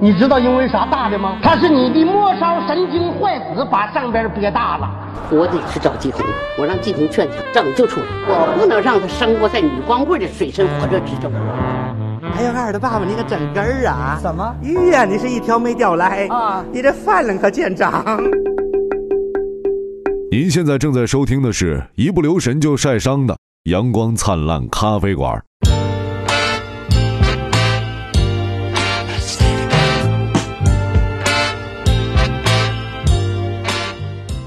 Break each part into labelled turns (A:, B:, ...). A: 你知道因为啥大的吗？它是你的末梢神经坏死把上边憋大了。
B: 我得去找季红，我让季红劝他拯救出来，我不能让他生活在女光棍的水深火热之中。
C: 哎呦，二的爸爸，你可整根儿啊！
D: 怎嗯么？
C: 玉呀、你是一条没掉来
D: 啊
C: 你这饭量可见长。
E: 您现在正在收听的是《一不留神就晒伤的阳光灿烂咖啡馆》。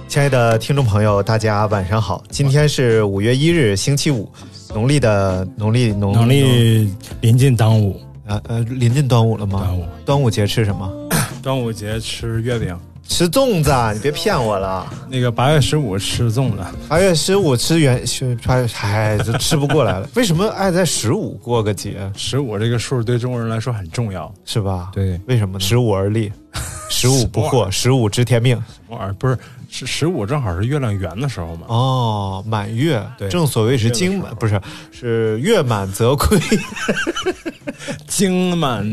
F: 亲爱的听众朋友，大家晚上好！今天是五月一日，星期五，农历的农历农
G: 农历临近端午，
F: 啊呃，临近端午了吗？
G: 端午
F: 端午节吃什么？
G: 端午节吃月饼，
F: 吃粽子啊！你别骗我了。
G: 那个八月十五吃粽子，
F: 八月十五吃元吃，哎，这吃不过来 了。为什么爱在十五过个节？
G: 十五这个数对中国人来说很重要。
F: 是吧？
G: 对
F: 为什么呢？十五而立， 十五不
G: 什么玩
F: 惑， 十五知天命。
G: 玩意儿不是十十五正好是月亮圆的时候嘛？
F: 哦，满月，
G: 对
F: 正所谓是金满，不是是月满则亏。
G: 精满，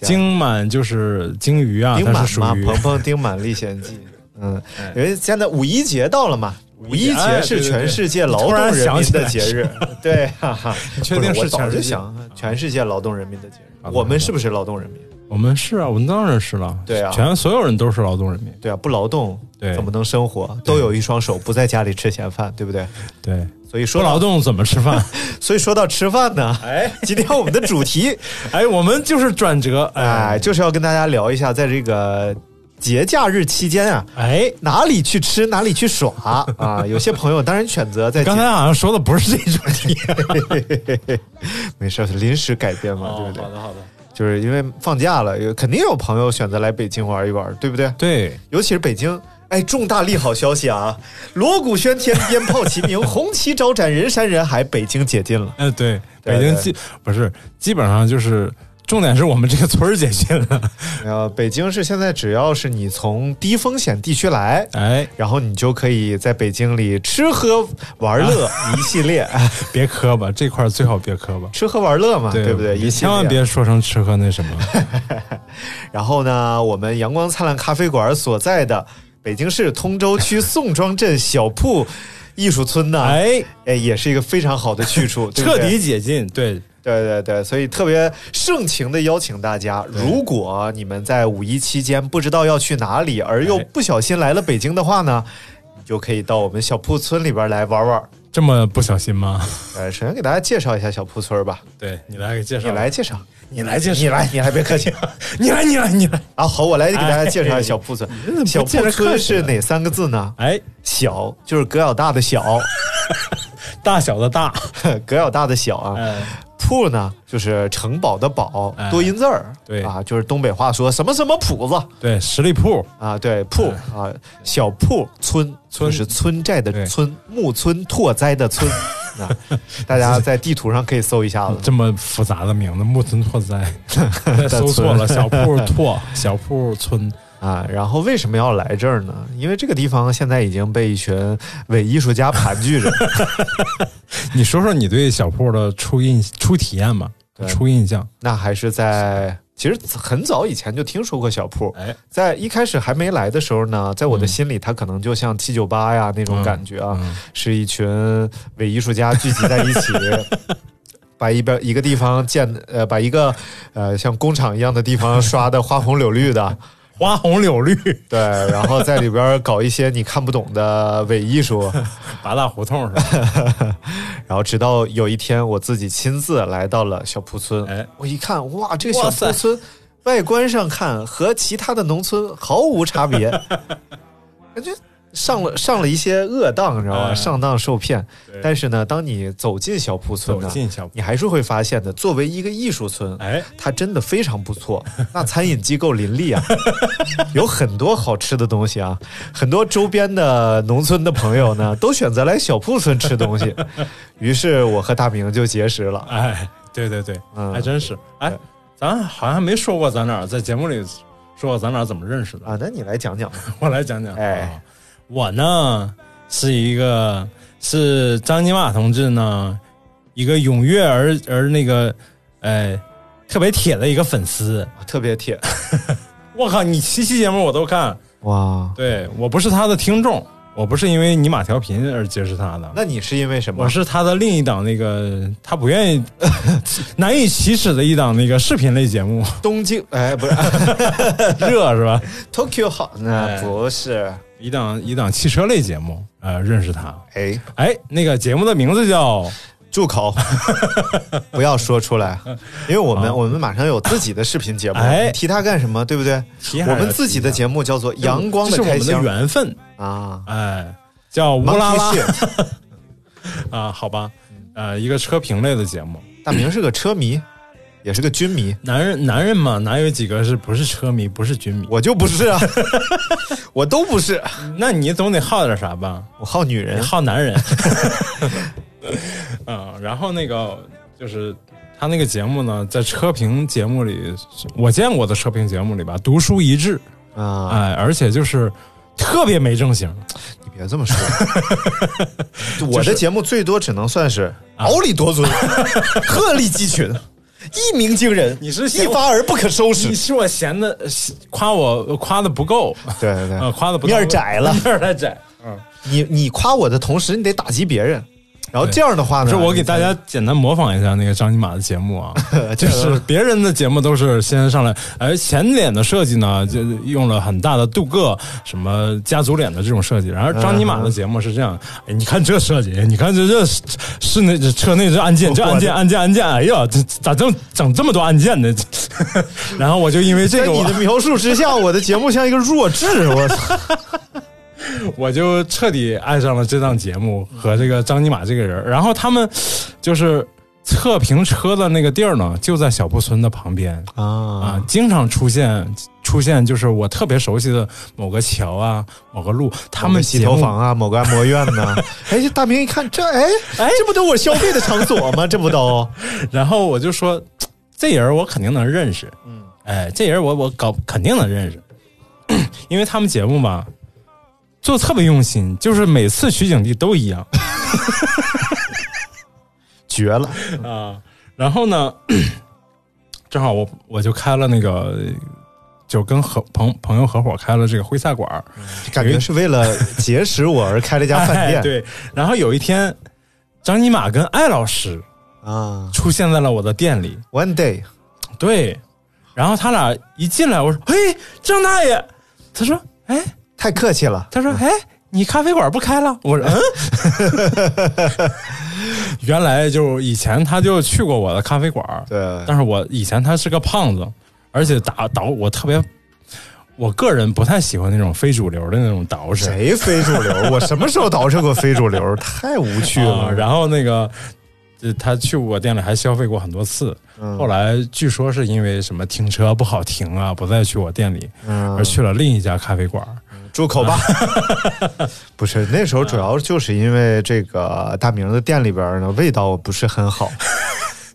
G: 精满就是鲸鱼啊，
F: 丁
G: 它
F: 嗯满
G: 是属
F: 嘛，
G: 于哎
F: 鹏鹏丁满历险 记。嗯，因为现在五一节到了嘛，五一节是全世界劳动人民的节 日。对，哈哈，
G: 确定
F: 不我
G: 是
F: 早
G: 全世界
F: 就想全世界劳动人民的节日。
G: 啊
F: 我们是不是劳动人民？
G: 我们是啊，我们当然是了，
F: 对啊
G: 全所有人都是劳动人民，
F: 对啊，不劳动
G: 对
F: 怎么能生活？都有一双手，不在家里吃闲饭，对不对？
G: 对，
F: 所以说
G: 不劳，动怎么 吃饭？
F: 所以说到吃饭呢，
G: 哎
F: 今天我们的主题，
G: 哎，我们就是转折，
F: 哎，
G: 哎
F: 就是要跟大家聊一下，在这个节假日期间啊，
G: 哎，
F: 哪里去吃，哪里去 耍啊！有些朋友当然选择在
G: 刚才
F: 节
G: 好像说的不是这主题，
F: 没事，临时改变嘛，对
G: 哦
F: 不对？
G: 的好的，
F: 就是因为放假了，有肯定有朋友选择来北京玩一玩，对不对？
G: 对，
F: 尤其是北京。哎，重大利好消息啊！ 锣鼓喧天，鞭炮齐鸣，红旗招展，人山人海，北京解禁了。
G: 嗯，对，
F: 对
G: 北京
F: 对
G: 基不是基本上就是重点是我们这个村儿解禁了，
F: 呃，北京是现在只要是你从低风险地区来，
G: 哎，
F: 然后你就可以在北京里吃喝玩 乐一系列，
G: 别磕巴，这块儿最好别磕巴，
F: 吃喝玩乐嘛，啊对不对？一
G: 你
F: 系列
G: 千万别说成吃喝那 什么，
F: 然后呢，我们阳光灿烂咖啡馆所在的北京市通州区宋庄镇小铺艺术村呢，哎
G: 哎，
F: 也是一个非常好的去 处，对不
G: 彻
F: 对
G: 底解禁，对，
F: 对对对，所以特别盛情的邀请大家，如果你们在五一期间不知道要去哪里，而又
G: 哎
F: 不小心来了北京的话呢，你就可以到我们小铺村里边来玩玩。
G: 这么不小心吗？
F: 呃，首先给大家介绍一下小铺村吧，
G: 对你来给介绍，
F: 你来，介绍
G: 你来介绍，
F: 你来，你 来，别客气。
G: 你来，你来，你来，
F: 啊，好，我来给大家介绍一下小铺村。
G: 哎么
F: 小
G: 不介绍
F: 铺村
G: 客气
F: 是
G: 呢
F: 哪三个字呢？
G: 哎，
F: 小就是葛小大的小，
G: 大小的大，
F: 葛小大的小啊。
G: 哎，
F: 铺呢就是城堡的堡，
G: 哎
F: 多音字儿。
G: 对
F: 啊，就是东北话说什么什么铺子
G: 对，十里铺，
F: 啊，对铺啊，小铺村
G: 哎村
F: 就是村寨的
G: 对
F: 村，木村拓哉的 村。啊，大家在地图上可以搜一下子。
G: 这么复杂的名字，木村 拓哉，搜错了，小铺拓，小铺村，
F: 啊，然后为什么要来这儿呢？因为这个地方现在已经被一群伪艺术家盘踞着。
G: 你说说你对小铺的初印初体验吧
F: 对，
G: 初印象，
F: 那还是在其实很早以前就听说过小铺，
G: 哎，
F: 在一开始还没来的时候呢，在我的心里，它可能就像七九八呀那种感觉啊，
G: 嗯
F: 是一群伪艺术家聚集在一起。把一边一个地方建，呃，把一个，呃，像工厂一样的地方刷的花红柳绿的，
G: 花红柳 绿，
F: 对，然后在里边搞一些你看不懂的伪艺术，
G: 八大胡同是 吧？
F: 然后直到有一天，我自己亲自来到了小铺村，
G: 哎
F: 我一看，哇，这个小
G: 哇
F: 铺
G: 塞
F: 村外观上看和其他的农村毫无差 别，感觉上了上了一些恶当，你知道吧？
G: 哎
F: 上当受骗。
G: 对
F: 但是呢，当你走进小铺村
G: 走
F: 呢，
G: 进小铺，
F: 你还是会发现的。作为一个艺术村，
G: 哎，
F: 它真的非常不错，那餐饮机构林立啊，有很多好吃的东西啊，很多周边的农村的朋友呢，都选择来小铺村吃东西，于是我和大明就结识了。
G: 哎，对对对，
F: 嗯
G: 还真是。哎，咱好像没说过咱俩在节目里说过咱俩怎么认 识的，
F: 啊，那你来讲讲吧。
G: 我来讲讲。
F: 哎
G: 啊，我呢是一个是张金马同志呢一个踊跃而而那个哎特别铁的一个粉丝。
F: 特别铁，
G: 我靠，你七期节目我都看。
F: 哇！
G: 对我不是他的听众，我不是因为尼玛调频而结识他的。
F: 那你是因为什么？
G: 我是他的另一档那个他不愿意、 难以启齿的一档那个视频类节目，
F: 东京，哎，不是
G: 热是吧？
F: Tokyo 好，那
G: 哎
F: 不是，
G: 一档一档汽车类节目，呃，认识他。
F: 哎，
G: 哎，那个节目的名字叫
F: 住口， 不要说出来，因为我们我们马上有自己的视频节目，
G: 哎
F: 你提它干什么？对不对
G: 提？还
F: 我
G: 是
F: 们自己的节目叫做《阳光
G: 这
F: 的
G: 是我
F: 开
G: 们的
F: 箱》
G: 缘分，
F: 啊，
G: 哎，叫乌拉拉
F: Monkey Shit
G: 啊，好吧，呃，一个车评类的节目。
F: 大明是个车迷，也是个军迷，
G: 男人，男人嘛，哪有几个是不是车迷，不是军迷？
F: 我就不是 啊，我都不是，
G: 那你总得好点啥吧？
F: 我好女
G: 你
F: 人，
G: 好男人。哎 嗯，然后那个就是他那个节目呢，在车评节目里，我见过的车评节目里吧，独树一帜，
F: 啊，
G: 哎，而且就是特别没正形。
F: 你别这么 说，我的节目最多只能算是
G: 嗷
F: 里夺 尊，鹤立鸡群，一鸣惊人，
G: 你是
F: 一发而不可收拾
G: 你。是我嫌的夸我夸的不够，
F: 对对对
G: 呃，夸的不够
F: 面儿窄了
G: 面儿太窄。嗯，
F: 你你夸我的同时，你得打击别人，然后
G: 对
F: 这样的话
G: 不
F: 呢，
G: 是我给大家简单模仿一下那个张尼玛的节目 啊，就是 别人的节目都是先上来，而前脸的设计呢，就用了很大的镀铬，什么家族脸的这种设计。然后张尼玛
F: 嗯
G: 的节目是这样，哎你看这设计，你看这这室内这车内这按键，这 按键按键按键，哎呀，这这咋整整这么多按键呢？ 然后我就因为这
F: 在
G: 个
F: 你
G: 我
F: 的描述之 下，我的节目像一个弱智，我操！
G: 我就彻底爱上了这档节目和这个张尼玛这个人。然后他们就是测评车的那个地儿呢，就在小布村的旁边啊
F: 啊，，
G: 经常出现出现，就是我特别熟悉的某个桥啊、某个路，他们
F: 洗
G: 节目
F: 头房啊，某个按摩院 呐、哎，这大明一看，这哎哎，这不都我消费的场所 吗？这不都？
G: 然后我就说，这人我肯定能认识，嗯，哎，这人我我搞肯定能认识， 因为他们节目吧做得特别用心，就是每次取景地都一样。
F: 绝了！
G: 啊，然后呢， 正好我我就开了那个，就跟合朋朋友合伙开了这个徽菜馆儿
F: 感觉是为了结识我而开了一家饭店。
G: 哎 对，然后有一天，张尼玛跟艾老师
F: 啊
G: 出现在了我的店里，
F: ，One day，
G: 对，然后他俩一进来，我说：“嘿，张大爷。”他说：“哎，
F: 太客气了，
G: 他说：“哎，你咖啡馆不开了？”我说：“嗯。”嗯 原来就以前他就去过我的咖啡馆儿，
F: 对，
G: 但是我以前他是个胖子，而且打捯我特别，我个人不太喜欢那种非主流的那种捯饬。
F: 谁非主流？我什么时候捯饬过非主 流？太无趣
G: 啊
F: 了。
G: 然后那个，呃他去我店里还消费过很多次。后来据说是因为什么停车不好停啊，不再去我店里，而去了另一家咖啡馆。
F: 住口 吧！不是那时候，主要就是因为这个大明的店里边呢，味道不是很 好，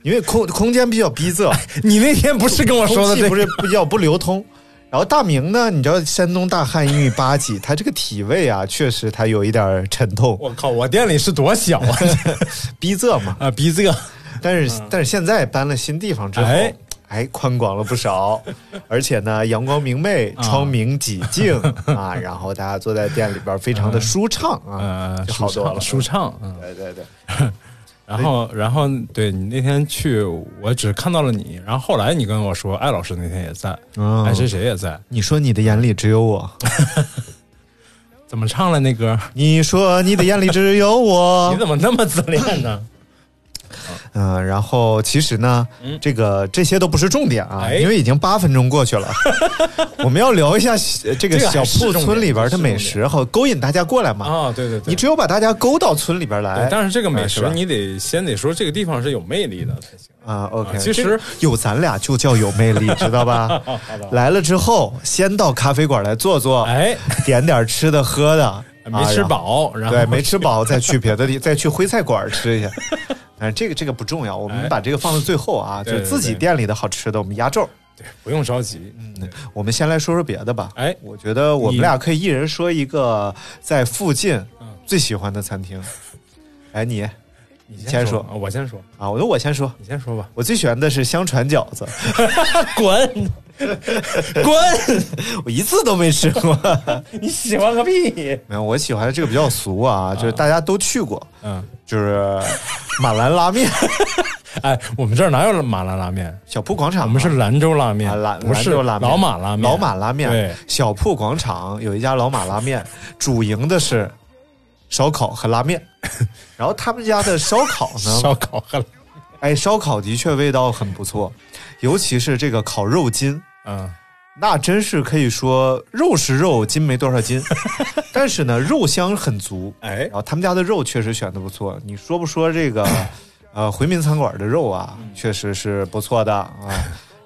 F: 因为空空间比较逼仄，
G: 你那天不是跟我说
F: 空
G: 的
F: 气
G: 这
F: 不是比较不流通。 然后大明呢，你知道山东大汉一米八几，他这个体味啊，确实他有一点儿沉痛，
G: 我靠，我店里是多小啊！
F: 逼仄嘛。
G: 啊，逼这个
F: 但是、但是现在搬了新地方之后，哎
G: 嗯哎
F: 宽广了不少，而且呢，阳光明媚，窗明几 净
G: 嗯
F: 啊，然后大家坐在店里边儿非常的舒畅啊，
G: 呃，
F: 就好多了。
G: 嗯舒畅，舒畅嗯。
F: 对对对，
G: 然后，然后对你那天去，我只看到了你。然后后来你跟我说，艾老师那天也在，哎
F: 嗯
G: 艾谁谁也在。
F: 你说你的眼里只有我，
G: 怎么唱了那歌？
F: 你说你的眼里只有我
G: 你，怎么那么自恋 呢？
F: 嗯、然后其实呢，这个这些都不是重点啊，
G: 嗯哎
F: 因为已经八分钟过去了， 我们要聊一下呃这个
G: 这个
F: 小
G: 还是
F: 铺
G: 重点
F: 村里边
G: 这
F: 的
G: 是
F: 美
G: 重
F: 食，好勾引大家过来嘛。
G: 啊，对对对，
F: 你只有把大家勾到村里边来
G: 对，，但是这个美
F: 啊是
G: 食
F: 吧
G: 你得先得说这个地方是有魅力的才行。
F: 啊，OK，
G: 啊其实
F: 这有咱俩就叫有魅力，知道 吧？来了之后，先到咖啡馆来坐坐，
G: 哎，
F: 点点吃的喝的，
G: 没吃饱，然
F: 啊，
G: 后
F: 对，没吃饱再去别的地，再去徽菜馆吃一下。但是这个这个不重要，我们
G: 哎
F: 把这个放到最后啊，就
G: 对
F: 是自己店里的好吃的我们压轴。
G: 不用着急。
F: 嗯我们先来说说别的吧。
G: 哎
F: 我觉得我们
G: 你嗯
F: 俩可以一人说一个在附近最喜欢的餐厅。哎，你你先说
G: 啊我先说，
F: 啊，我说我先说，
G: 你先说吧。
F: 我最喜欢的是香传饺子，
G: 滚 滚！
F: 我一次都没吃过。
G: 你喜欢个屁！
F: 没有，我喜欢的这个比较俗啊，就是大家都去过，
G: 嗯，
F: 就是马兰拉面，
G: 哎，我们这儿哪有麻辣拉面？
F: 小铺广场嘛。
G: 我们是兰州拉面
F: 啊，兰
G: 不是
F: 兰州拉面
G: 老马拉面。
F: 老马拉面
G: 对，
F: 小铺广场有一家老马拉 面，主营的是烧烤和拉面。然后他们家的烧烤呢，
G: 烧烤和拉
F: 哎，烧烤的确味道很不错，尤其是这个烤肉筋，
G: 嗯
F: 那真是可以说肉是肉，筋没多少筋，但是呢，肉香很足。
G: 哎
F: 然后他们家的肉确实选的不错，你说不说这个，呃，回民餐馆的肉啊，确实是不错的啊，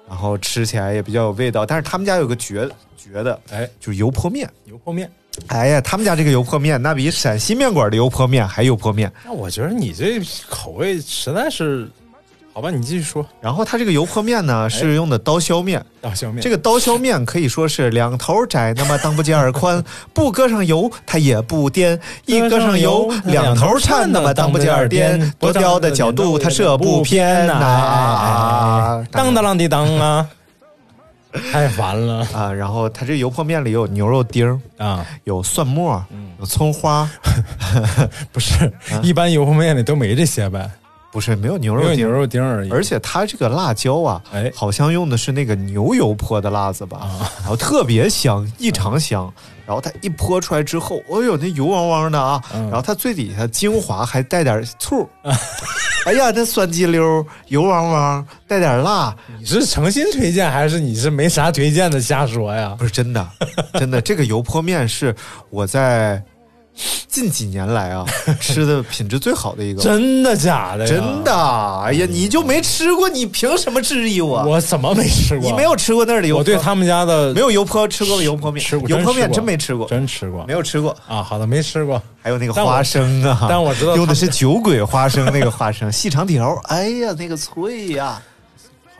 F: 然后吃起来也比较有味道。但是他们家有个绝绝的，
G: 哎，
F: 就是油泼面。
G: 油泼面。
F: 哎呀，他们家这个油泼面，那比陕西面馆的油泼面还油泼面。
G: 那我觉得你这口味实在是，好吧，你继续说。
F: 然后它这个油泼面呢，是用的刀削面，
G: 大笑面
F: 这个刀削面可以说是两头窄，那么当不尖而 宽，不搁上油它也不颠，一搁上油两头颤，那么当不尖而颠，多刁的角度它射不偏呐、哎啊。
G: 当当啷滴当 啊！太烦了
F: 啊，然后它这油泼面里有牛肉丁儿，
G: 啊！
F: 有蒜末，有葱花，
G: 不是，一般油泼面里都没这些呗，
F: 不是没有牛
G: 没
F: 肉
G: 有
F: 丁
G: 啊牛
F: 儿。
G: 肉丁而已。
F: 而且它这个辣椒啊，
G: 哎啊
F: 好像用的是那个牛油泼的辣子吧，然后特别香，异常香。然后它一泼出来之后，哎呦，那油汪汪的啊！
G: 嗯
F: 然后它最底下精华还带点 醋，哎呀，那酸鸡溜，油汪汪，带点辣，
G: 你是诚心推荐还是你是没啥推荐的瞎说呀？
F: 不是真的，真的，这个油泼面是我在近几年来 啊吃的品质最好的一个，
G: 真的假的呀？
F: 真的。哎呀，你就没吃过，你凭什么质疑我？
G: 我怎么没吃过？
F: 你没有吃过那儿的油泼？
G: 我对他们家的
F: 没有油泼吃过油泼面，
G: 吃过
F: 油泼面
G: 吃
F: 真
G: 过
F: 没吃过，
G: 真吃过
F: 没有吃过。
G: 啊？好的，没吃过。
F: 还有那个
G: 但我
F: 花生啊，
G: 但 我知道
F: 用的
G: 他
F: 是酒鬼花生，那个花生细长条，哎呀，那个脆呀。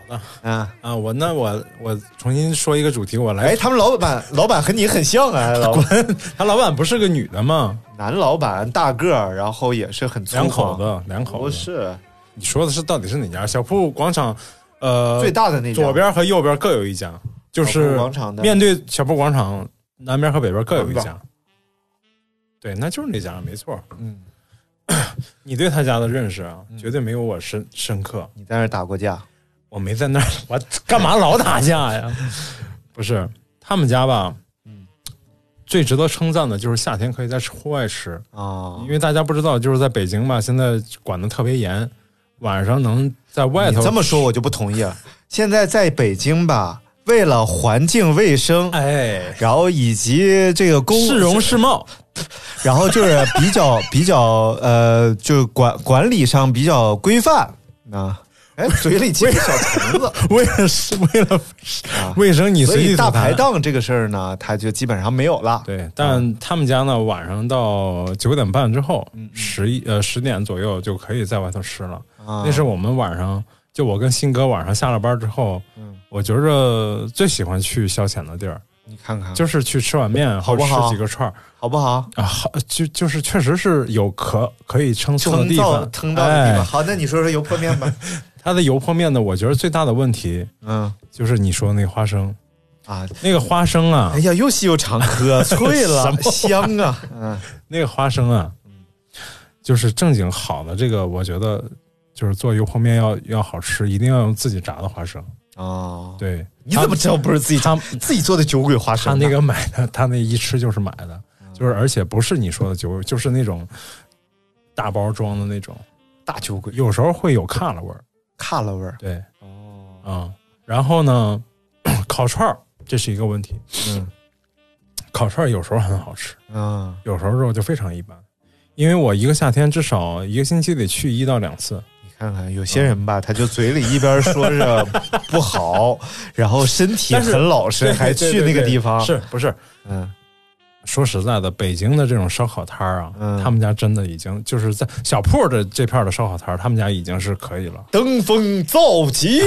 G: 的
F: 嗯，
G: 啊，我那我我重新说一个主题，我来
F: 哎，他们老板老板和你很像 啊，老
G: 他老板不是个女的吗？
F: 男老板大个儿，然后也是很粗犷
G: 两口子，两口
F: 不
G: 子。
F: 是
G: 你说的是到底是哪家？小铺广场，呃，
F: 最大的那家
G: 左边和右边各有一家，就
F: 小
G: 是
F: 铺广场的
G: 面对小铺广场南边和北边各有一
F: 南
G: 家。对，那就是那家，没错。
F: 嗯，
G: 你对他家的认识啊，绝对没有我深深刻。
F: 你在那儿打过架？
G: 我没在那儿， 我干嘛老打架呀？ 不是他们家吧？
F: 嗯
G: 最值得称赞的就是夏天可以在户外吃，
F: 啊，
G: 因为大家不知道，就是在北京吧，现在管的特别严，晚上能在外头
F: 你这么说，我就不同意了。现在在北京吧，为了环境卫生，
G: 哎，
F: 然后以及这个公
G: 市容市貌，
F: 然后就是比较 比较呃，就是管管理上比较规范啊。哎，嘴里接个小虫子，
G: 为了 是为了卫生，你
F: 所
G: 随
F: 以
G: 意
F: 大
G: 吐痰
F: 排。档这个事儿呢，它就基本上没有了。
G: 对，但他们家呢，晚上到九点半之后，十一呃十点左右就可以在外头吃了。
F: 啊，
G: 那是我们晚上，就我跟新哥晚上下了班之后，
F: 嗯
G: 我觉着最喜欢去消遣的地儿，
F: 你看看，
G: 就是去吃碗面，
F: 嗯好不
G: 或者
F: 好
G: 吃几个串儿
F: 好不好？
G: 啊，好，就就是确实是有可可以称颂的
F: 腾
G: 地
F: 到
G: 方，
F: 腾到的地方。
G: 哎
F: 好，那你说说油泼面 吧。
G: 它的油泼面呢，我觉得最大的问题
F: 嗯
G: 就是你说那花生，
F: 啊，
G: 那个花生啊
F: 哎，呀，又细又长，可脆 了，香啊！嗯，
G: 那个花生啊，就是正经好的这个，我觉得就是做油泼面要要好吃，一定要用自己炸的花生。
F: 哦，
G: 对，
F: 你怎么知道不是自己
G: 他
F: 自己做的酒鬼花
G: 他
F: 生呢？
G: 那个买的，他那一吃就是买的，就是而且不是你说的酒，就是那种大包装的那种，
F: 大酒鬼，
G: 有时候会有卡了味儿。
F: 卡了味儿。
G: 对，
F: 哦，
G: 嗯，然后呢， 烤串儿这是一个问题，
F: 嗯
G: 烤串儿有时候很好吃，
F: 嗯，
G: 有时候肉就非常一般。因为我一个夏天至少一个星期得去一到两次，
F: 你看看有些人吧，他就嘴里一边说着 不好，然后身体
G: 但是
F: 很老实，
G: 对
F: 还
G: 对
F: 去
G: 对
F: 那个
G: 对
F: 地方。，
G: 是不是？
F: 嗯，
G: 说实在的，北京的这种烧烤摊儿啊，
F: 嗯
G: 他们家真的已经就是在小铺的这片儿的烧烤摊儿，他们家已经是可以了，
F: 登峰造极，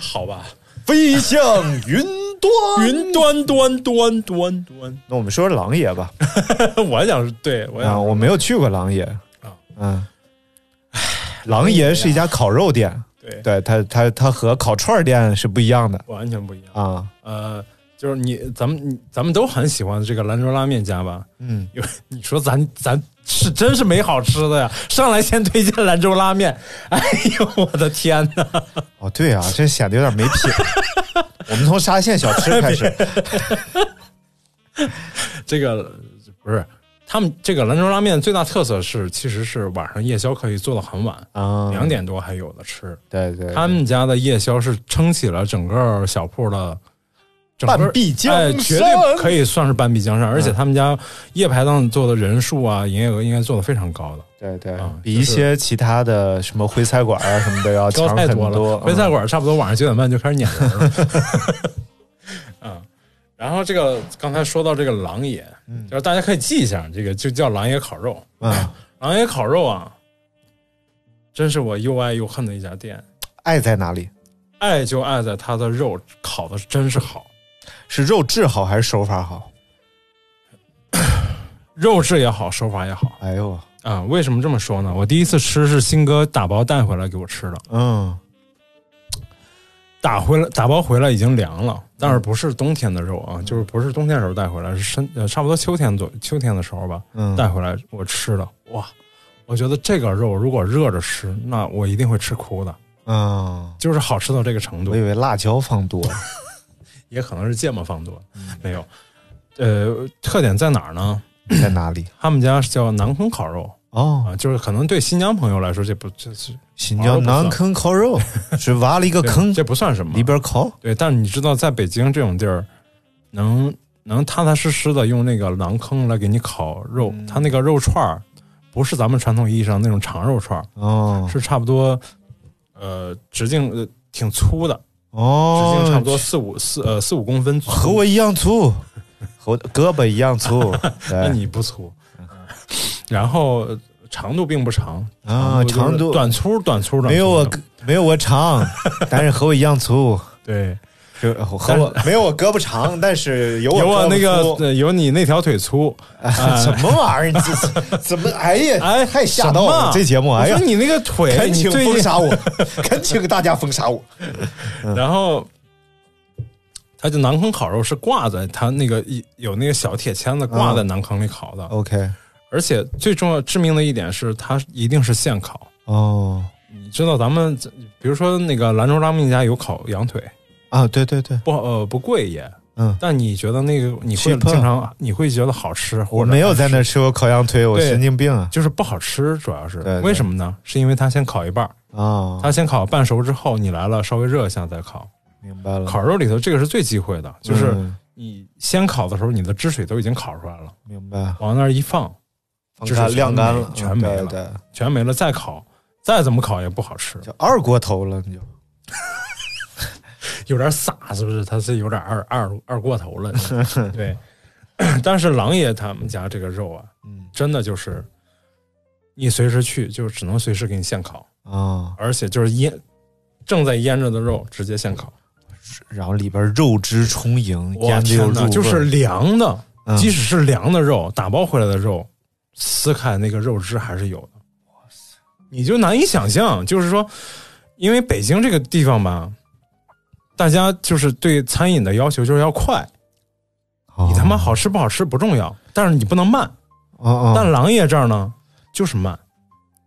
G: 好吧？
F: 飞向云端。
G: 云 端端端端端，
F: 那我们说说狼爷吧。
G: 我想对我啊
F: 啊，
G: 想
F: 我没有去过狼爷，嗯，狼爷是一家烤肉店，
G: 对，
F: 对它它它和烤串儿店是不一样的
G: 完全不一样。
F: 啊。
G: 呃，就是你，咱们你咱们都很喜欢这个兰州拉面家吧？
F: 嗯，
G: 有你说咱咱是真是没好吃的呀，上来先推荐兰州拉面， 哎呦我的天哪！
F: 哦，对啊，这显得有点没 品。我们从沙县小吃开始，
G: 这个不是他们这个兰州拉面最大特色是，其实是晚上夜宵可以做到很晚，
F: 啊，
G: 两点多还有的吃。
F: 对对，
G: 他们家的夜宵是撑起了整个小铺的。整个
F: 半壁江
G: 哎，
F: 山嗯
G: 绝对可以算是半壁江山，而且他们家夜排档做的人数啊、营业额应该做的非常高的，
F: 对对
G: 啊，
F: 比一些其他的什么徽菜馆啊什么的要
G: 高
F: 强
G: 太
F: 很嗯
G: 多了。徽菜馆差不多晚上九点半就开始撵人 了。啊，然后这个刚才说到这个狼爷，就是大家可以记一下，这个就叫狼爷烤肉。
F: 嗯，
G: 狼爷烤肉啊，真是我又爱又恨的一家店。
F: 爱在哪里？
G: 爱就爱在它的肉烤的真是好，
F: 是肉质好还是手法好？
G: 肉质也好，手法也好
F: 哎呦，
G: 啊。为什么这么说呢？我第一次吃是新哥打包带回来给我吃的，
F: 嗯
G: 打回来打包回来已经凉了，但是不是冬天的肉
F: 嗯
G: 啊，就是不是冬天时候带回来，是深呃差不多秋天左秋天的时候吧，
F: 嗯，
G: 带回来我吃的，哇，我觉得这个肉如果热着吃，那我一定会吃哭的，
F: 嗯，
G: 就是好吃到这个程度
F: 我以。为辣椒放多了。
G: 也可能是芥末放多了，
F: 嗯
G: 没有。呃，特点在哪儿呢？
F: 在哪里？
G: 他们家是叫南坑烤肉
F: 哦，
G: 啊，就是可能对新疆朋友来说，这不这是
F: 新疆南坑烤 肉是挖了一个
G: 对
F: 坑，
G: 这不算什么
F: 里边烤。
G: 对。但是你知道，在北京这种地儿，能能踏踏实实的用那个馕坑来给你烤肉，
F: 嗯
G: 它那个肉串儿不是咱们传统意义上那种长肉串儿，
F: 哦
G: 是差不多呃直径呃挺粗的，直
F: 哦，
G: 径差不多四五四呃四五公分粗。
F: 和我一样粗，和我的胳膊一样 粗。
G: 那
F: 对
G: 你不粗，
F: 嗯
G: 然后长度并不长
F: 啊，
G: 就是
F: 长度
G: 短粗短粗短粗
F: 没有啊我
G: 的
F: 没有我长，但是和我一样粗。
G: 对
F: 就呃和我没有我胳膊长，但是有
G: 有我
F: 我
G: 那
F: 胳膊 粗
G: 个有你那条腿粗，
F: 什么玩意儿？你这怎么？啊哎呀，
G: 哎，
F: 太吓到我
G: 什
F: 了！
G: 么
F: 这节目，哎呀
G: 我，说你那个腿，
F: 恳
G: 你
F: 请
G: 最
F: 封
G: 近，
F: 杀我， 恳请大家封杀我。嗯
G: 然后。他就南坑烤肉是挂在他那个一有那个小铁签子挂在南坑里烤的，
F: OK，
G: 而且最重要致命的一点是，它一定是现烤。
F: 哦，
G: 你知道咱们比如说那个兰州拉面家有烤羊腿，
F: 啊，对对对，
G: 不呃不贵也，
F: 嗯，
G: 但你觉得那个你会
F: Cheap
G: 经常你会觉得好吃，
F: 我
G: 或者
F: 没有在那吃过烤羊腿，我
G: 对
F: 神经病啊！
G: 就是不好吃，主要是
F: 对对
G: 为什么呢？是因为它先烤一半儿，
F: 啊，
G: 它先烤半熟之后，你来了稍微热一下再烤。
F: 明白了，
G: 烤肉里头这个是最忌讳的，就是
F: 嗯
G: 你先烤的时候，你的汁水都已经烤出来了，
F: 明白，
G: 往那儿一放，
F: 放
G: 就是
F: 干
G: 全
F: 晾干
G: 没
F: 了，
G: 全没
F: 对
G: 了
F: 对
G: 全没了，再烤。再怎么烤也不好吃，
F: 就二锅头了，你就
G: 有点洒，是不是？它是有点二二二过头 了，对。 但是狼爷他们家这个肉啊，
F: 嗯
G: 真的就是你随时去，就只能随时给你现烤。
F: 啊，
G: 而且就是腌正在腌着的肉直接现烤，
F: 然后里边肉汁充盈，
G: 我
F: 腌的有
G: 天
F: 入味
G: 哪，
F: 儿，
G: 就是凉的，
F: 嗯
G: 即使是凉的肉，打包回来的肉，撕开那个肉汁还是有的。你就难以想象，就是说，因为北京这个地方吧，大家就是对餐饮的要求就是要快，
F: 哦
G: 你他妈好吃不好吃不重要，但是你不能慢。
F: 哦嗯哦，
G: 但狼爷这儿呢，就是慢，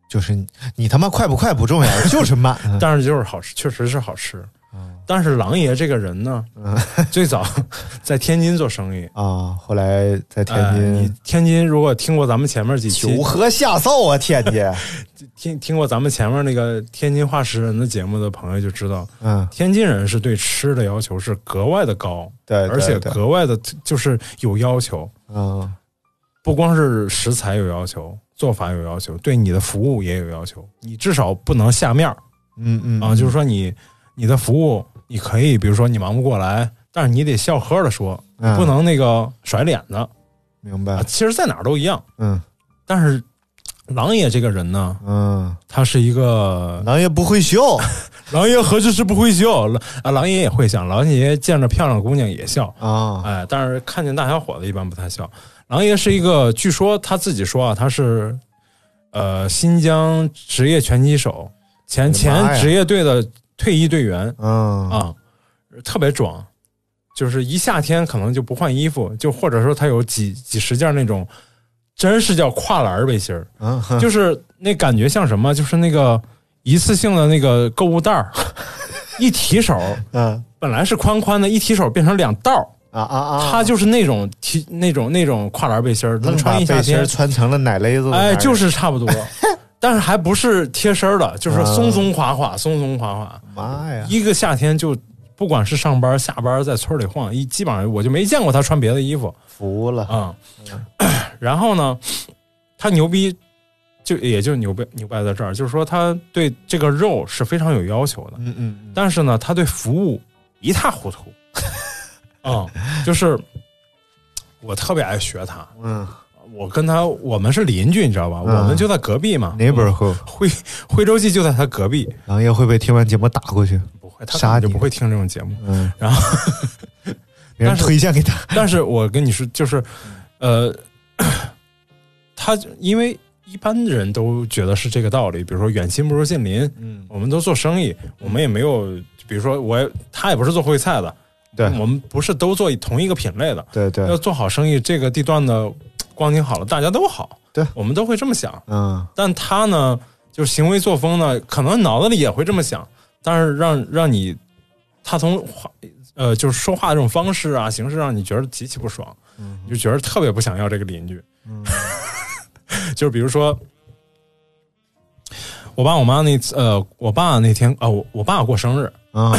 F: 就是你你他妈快不快不重要， 就是慢，嗯
G: 但是就是好吃，确实是好吃。
F: 哦
G: 但是狼爷这个人呢，
F: 嗯
G: 最早 在天津做生意，
F: 啊，后来在天
G: 哎你
F: 津
G: 天津如果听过咱们前面几期
F: 九，河下扫啊，天津，
G: 听听过咱们前面那个天津话食人的节目的朋友就知道，
F: 嗯，
G: 天津人是对吃的要求是格外的高，
F: 对，对
G: 而且
F: 对
G: 格外的就是有要求，
F: 嗯
G: 不光是食材有要求，做法有要求，对你的服务也有要求，你至少不能下面儿
F: 嗯嗯
G: 啊，就是说你你的服务你可以，比如说你忙不过来，但是你得笑呵的说，
F: 嗯
G: 不能那个甩脸子
F: 明白
G: 啊。，其实，在哪儿都一样，
F: 嗯
G: 但是狼爷这个人呢，
F: 嗯，
G: 他是一个
F: 狼爷不会笑，
G: 狼爷何止是不会笑，狼啊狼爷也会笑，狼爷见着漂亮姑娘也笑，
F: 啊，
G: 哎，但是看见大小伙子一般不太笑。狼爷是一个，据说他自己说啊，他是呃新疆职业拳击手，
F: 我
G: 前
F: 的妈
G: 前
F: 哎呀
G: 职业队的退役队员
F: 嗯
G: 啊，特别壮，就是一夏天可能就不换衣服，就或者说他有几几十件那种，真是叫跨栏背心儿，
F: 嗯，
G: 就是那感觉像什么，就是那个一次性的那个购物袋 儿，一提手
F: 嗯
G: 本来是宽宽的，一提手变成两道儿。
F: 啊啊啊！
G: 他就是那种提那种那种跨栏背心儿，能
F: 愣
G: 穿
F: 把
G: 一夏
F: 背心
G: 天
F: 儿，穿成了奶勒子的男人，
G: 哎，就是 差不多，但是还不是贴身儿的，就是松松垮
F: 啊
G: 垮，松松垮垮。
F: 妈呀！
G: 一个夏天就不管是上班下班，在村里晃，一基本上我就没见过他穿别的衣服
F: 服了，
G: 啊、 然后呢，他牛逼，就也就牛掰牛掰在这儿，就是说他对这个肉是非常有要求的，
F: 嗯嗯
G: 但是呢，他对服务一塌 糊涂。嗯，就是我特别爱学他，
F: 嗯
G: 我跟他我们是邻居，你知道吧？
F: 嗯
G: 我们就在隔壁嘛。
F: ，neighborhood，
G: 徽徽州记就在他隔壁，
F: 狼爷会不会听完节目打过去？
G: 不会，他根
F: 杀
G: 本就
F: 你
G: 不会听这种节目。
F: 嗯，
G: 然后
F: 别人
G: 但是
F: 推荐给他，
G: 但是我跟你说，就是，呃， 他因为一般人都觉得是这个道理，比如说远亲不如近邻，
F: 嗯，
G: 我们都做生意，我们也没有，比如说我也他也不是做烩菜的，
F: 对
G: 我们不是都做同一个品类的，
F: 嗯对对
G: 嗯要，做好生意，这个地段的光景好了，大家都好，
F: 对
G: 我们都会这么想。
F: 嗯
G: 但他呢，就是行为作风呢，可能脑子里也会这么想，但是让让你他从话呃就是说话这种方式啊形式，让你觉得极其不爽，你就觉得特别不想要这个邻居。 就是比如说，我爸我妈那次呃，我爸那天啊、我我爸过生日，
F: 嗯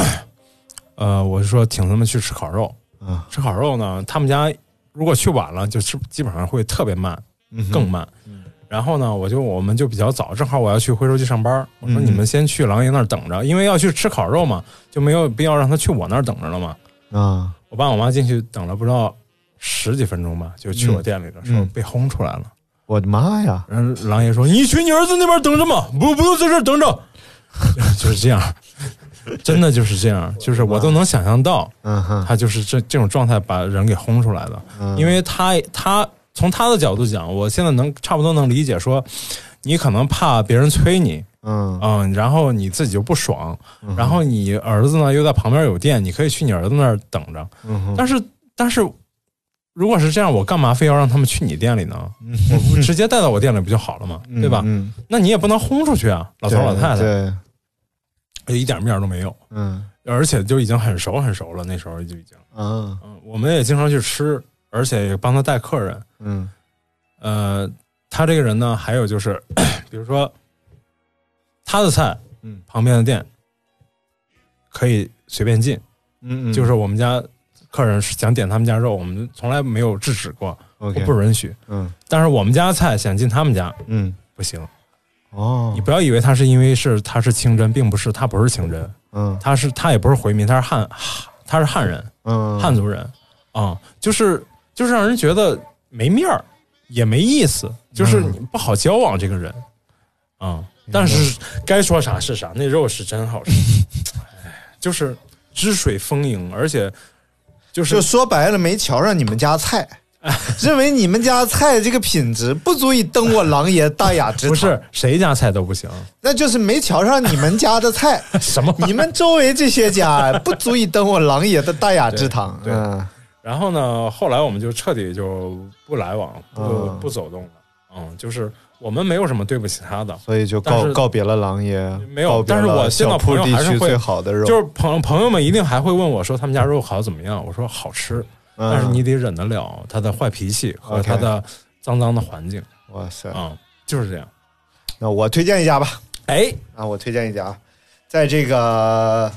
G: 呃，我就说请他们去吃烤肉，
F: 嗯
G: 吃烤肉呢，他们家如果去晚了，就吃基本上会特别慢，
F: 嗯，
G: 更慢。然后呢，我就我们就比较早，正好我要去徽州去上班。我说
F: 嗯
G: 你们先去狼爷那儿等着，因为要去吃烤肉嘛，就没有必要让他去我那儿等着了嘛。
F: 嗯
G: 我爸我妈进去等了不到十几分钟吧，就去我店里了，说
F: 嗯
G: 被轰出来了。
F: 我的妈呀！
G: 然后狼爷说：“你去你儿子那边等着嘛，不不用在这儿等着。” 就是这样，真的就是这样，就是我都能想象到，
F: 嗯哼，
G: 他就是这这种状态把人给轰出来的。
F: 嗯
G: 因为他他从他的角度讲，我现在能差不多能理解说，你可能怕别人催你，
F: 嗯
G: 嗯，然后你自己就不爽，然后你儿子呢又在旁边有店，你可以去你儿子那儿等着。
F: 嗯哼，
G: 但是但是，如果是这样，我干嘛非要让他们去你店里呢？我直接带到我店里不就好了吗？对吧？
F: 嗯，
G: 那你也不能轰出去啊，老
F: 老
G: 头老太太
F: 对，
G: 就一点面儿都没有，
F: 嗯
G: 而且就已经很熟很熟了，那时候就已经，
F: 嗯
G: 嗯，我们也经常去吃，而且也帮他带客人，
F: 嗯
G: 呃，他这个人呢，还有就是， 比如说他的菜，
F: 嗯
G: 旁边的店可以随便进，
F: 嗯，
G: 就是我们家客人是想点他们家肉，我们从来没有制止过，
F: OK，
G: 不允许。
F: 嗯
G: 但是我们家菜想进他们家
F: 嗯
G: 不行，
F: 哦
G: 你，不要以为他是因为是他是清真，并不是，他不是清真，
F: 嗯
G: 他是他也不是回民，他是汉，他是汉人，
F: 嗯
G: 汉族人啊、就是就是让人觉得没面儿，也没意思，就是你不好交往这个人啊、但是该说啥是啥，那肉是真好吃，哎，就是汁水丰盈，而且就是
F: 就说白了，没瞧上你们家菜， 认为你们家菜这个品质不足以登我狼爷大雅之堂，
G: 不是谁家菜都不行，
F: 那就是没瞧上你们家的菜，
G: 什么
F: 你们周围这些家不足以登我狼爷的大雅之堂。
G: 对对
F: 嗯
G: 然后呢，后来我们就彻底就不来往，不、
F: 嗯
G: 不走动了，嗯，就是我们没有什么对不起他的。
F: 所以就
G: 但
F: 告
G: 是
F: 告别了狼爷，
G: 没
F: 告
G: 有
F: 别
G: 但是
F: 了
G: 我见到
F: 小铺
G: 朋友
F: 地
G: 还是
F: 区
G: 会
F: 最好的肉，
G: 就是朋朋友们一定还会问我说他们家肉烤得怎么样，我说好吃，
F: 嗯
G: 但是你得忍得了他的坏脾气和
F: OK
G: 他的脏脏的环境
F: 哇塞，
G: 啊、就是这样。
F: 那我推荐一家吧，
G: 哎
F: 啊，我推荐一家，在这个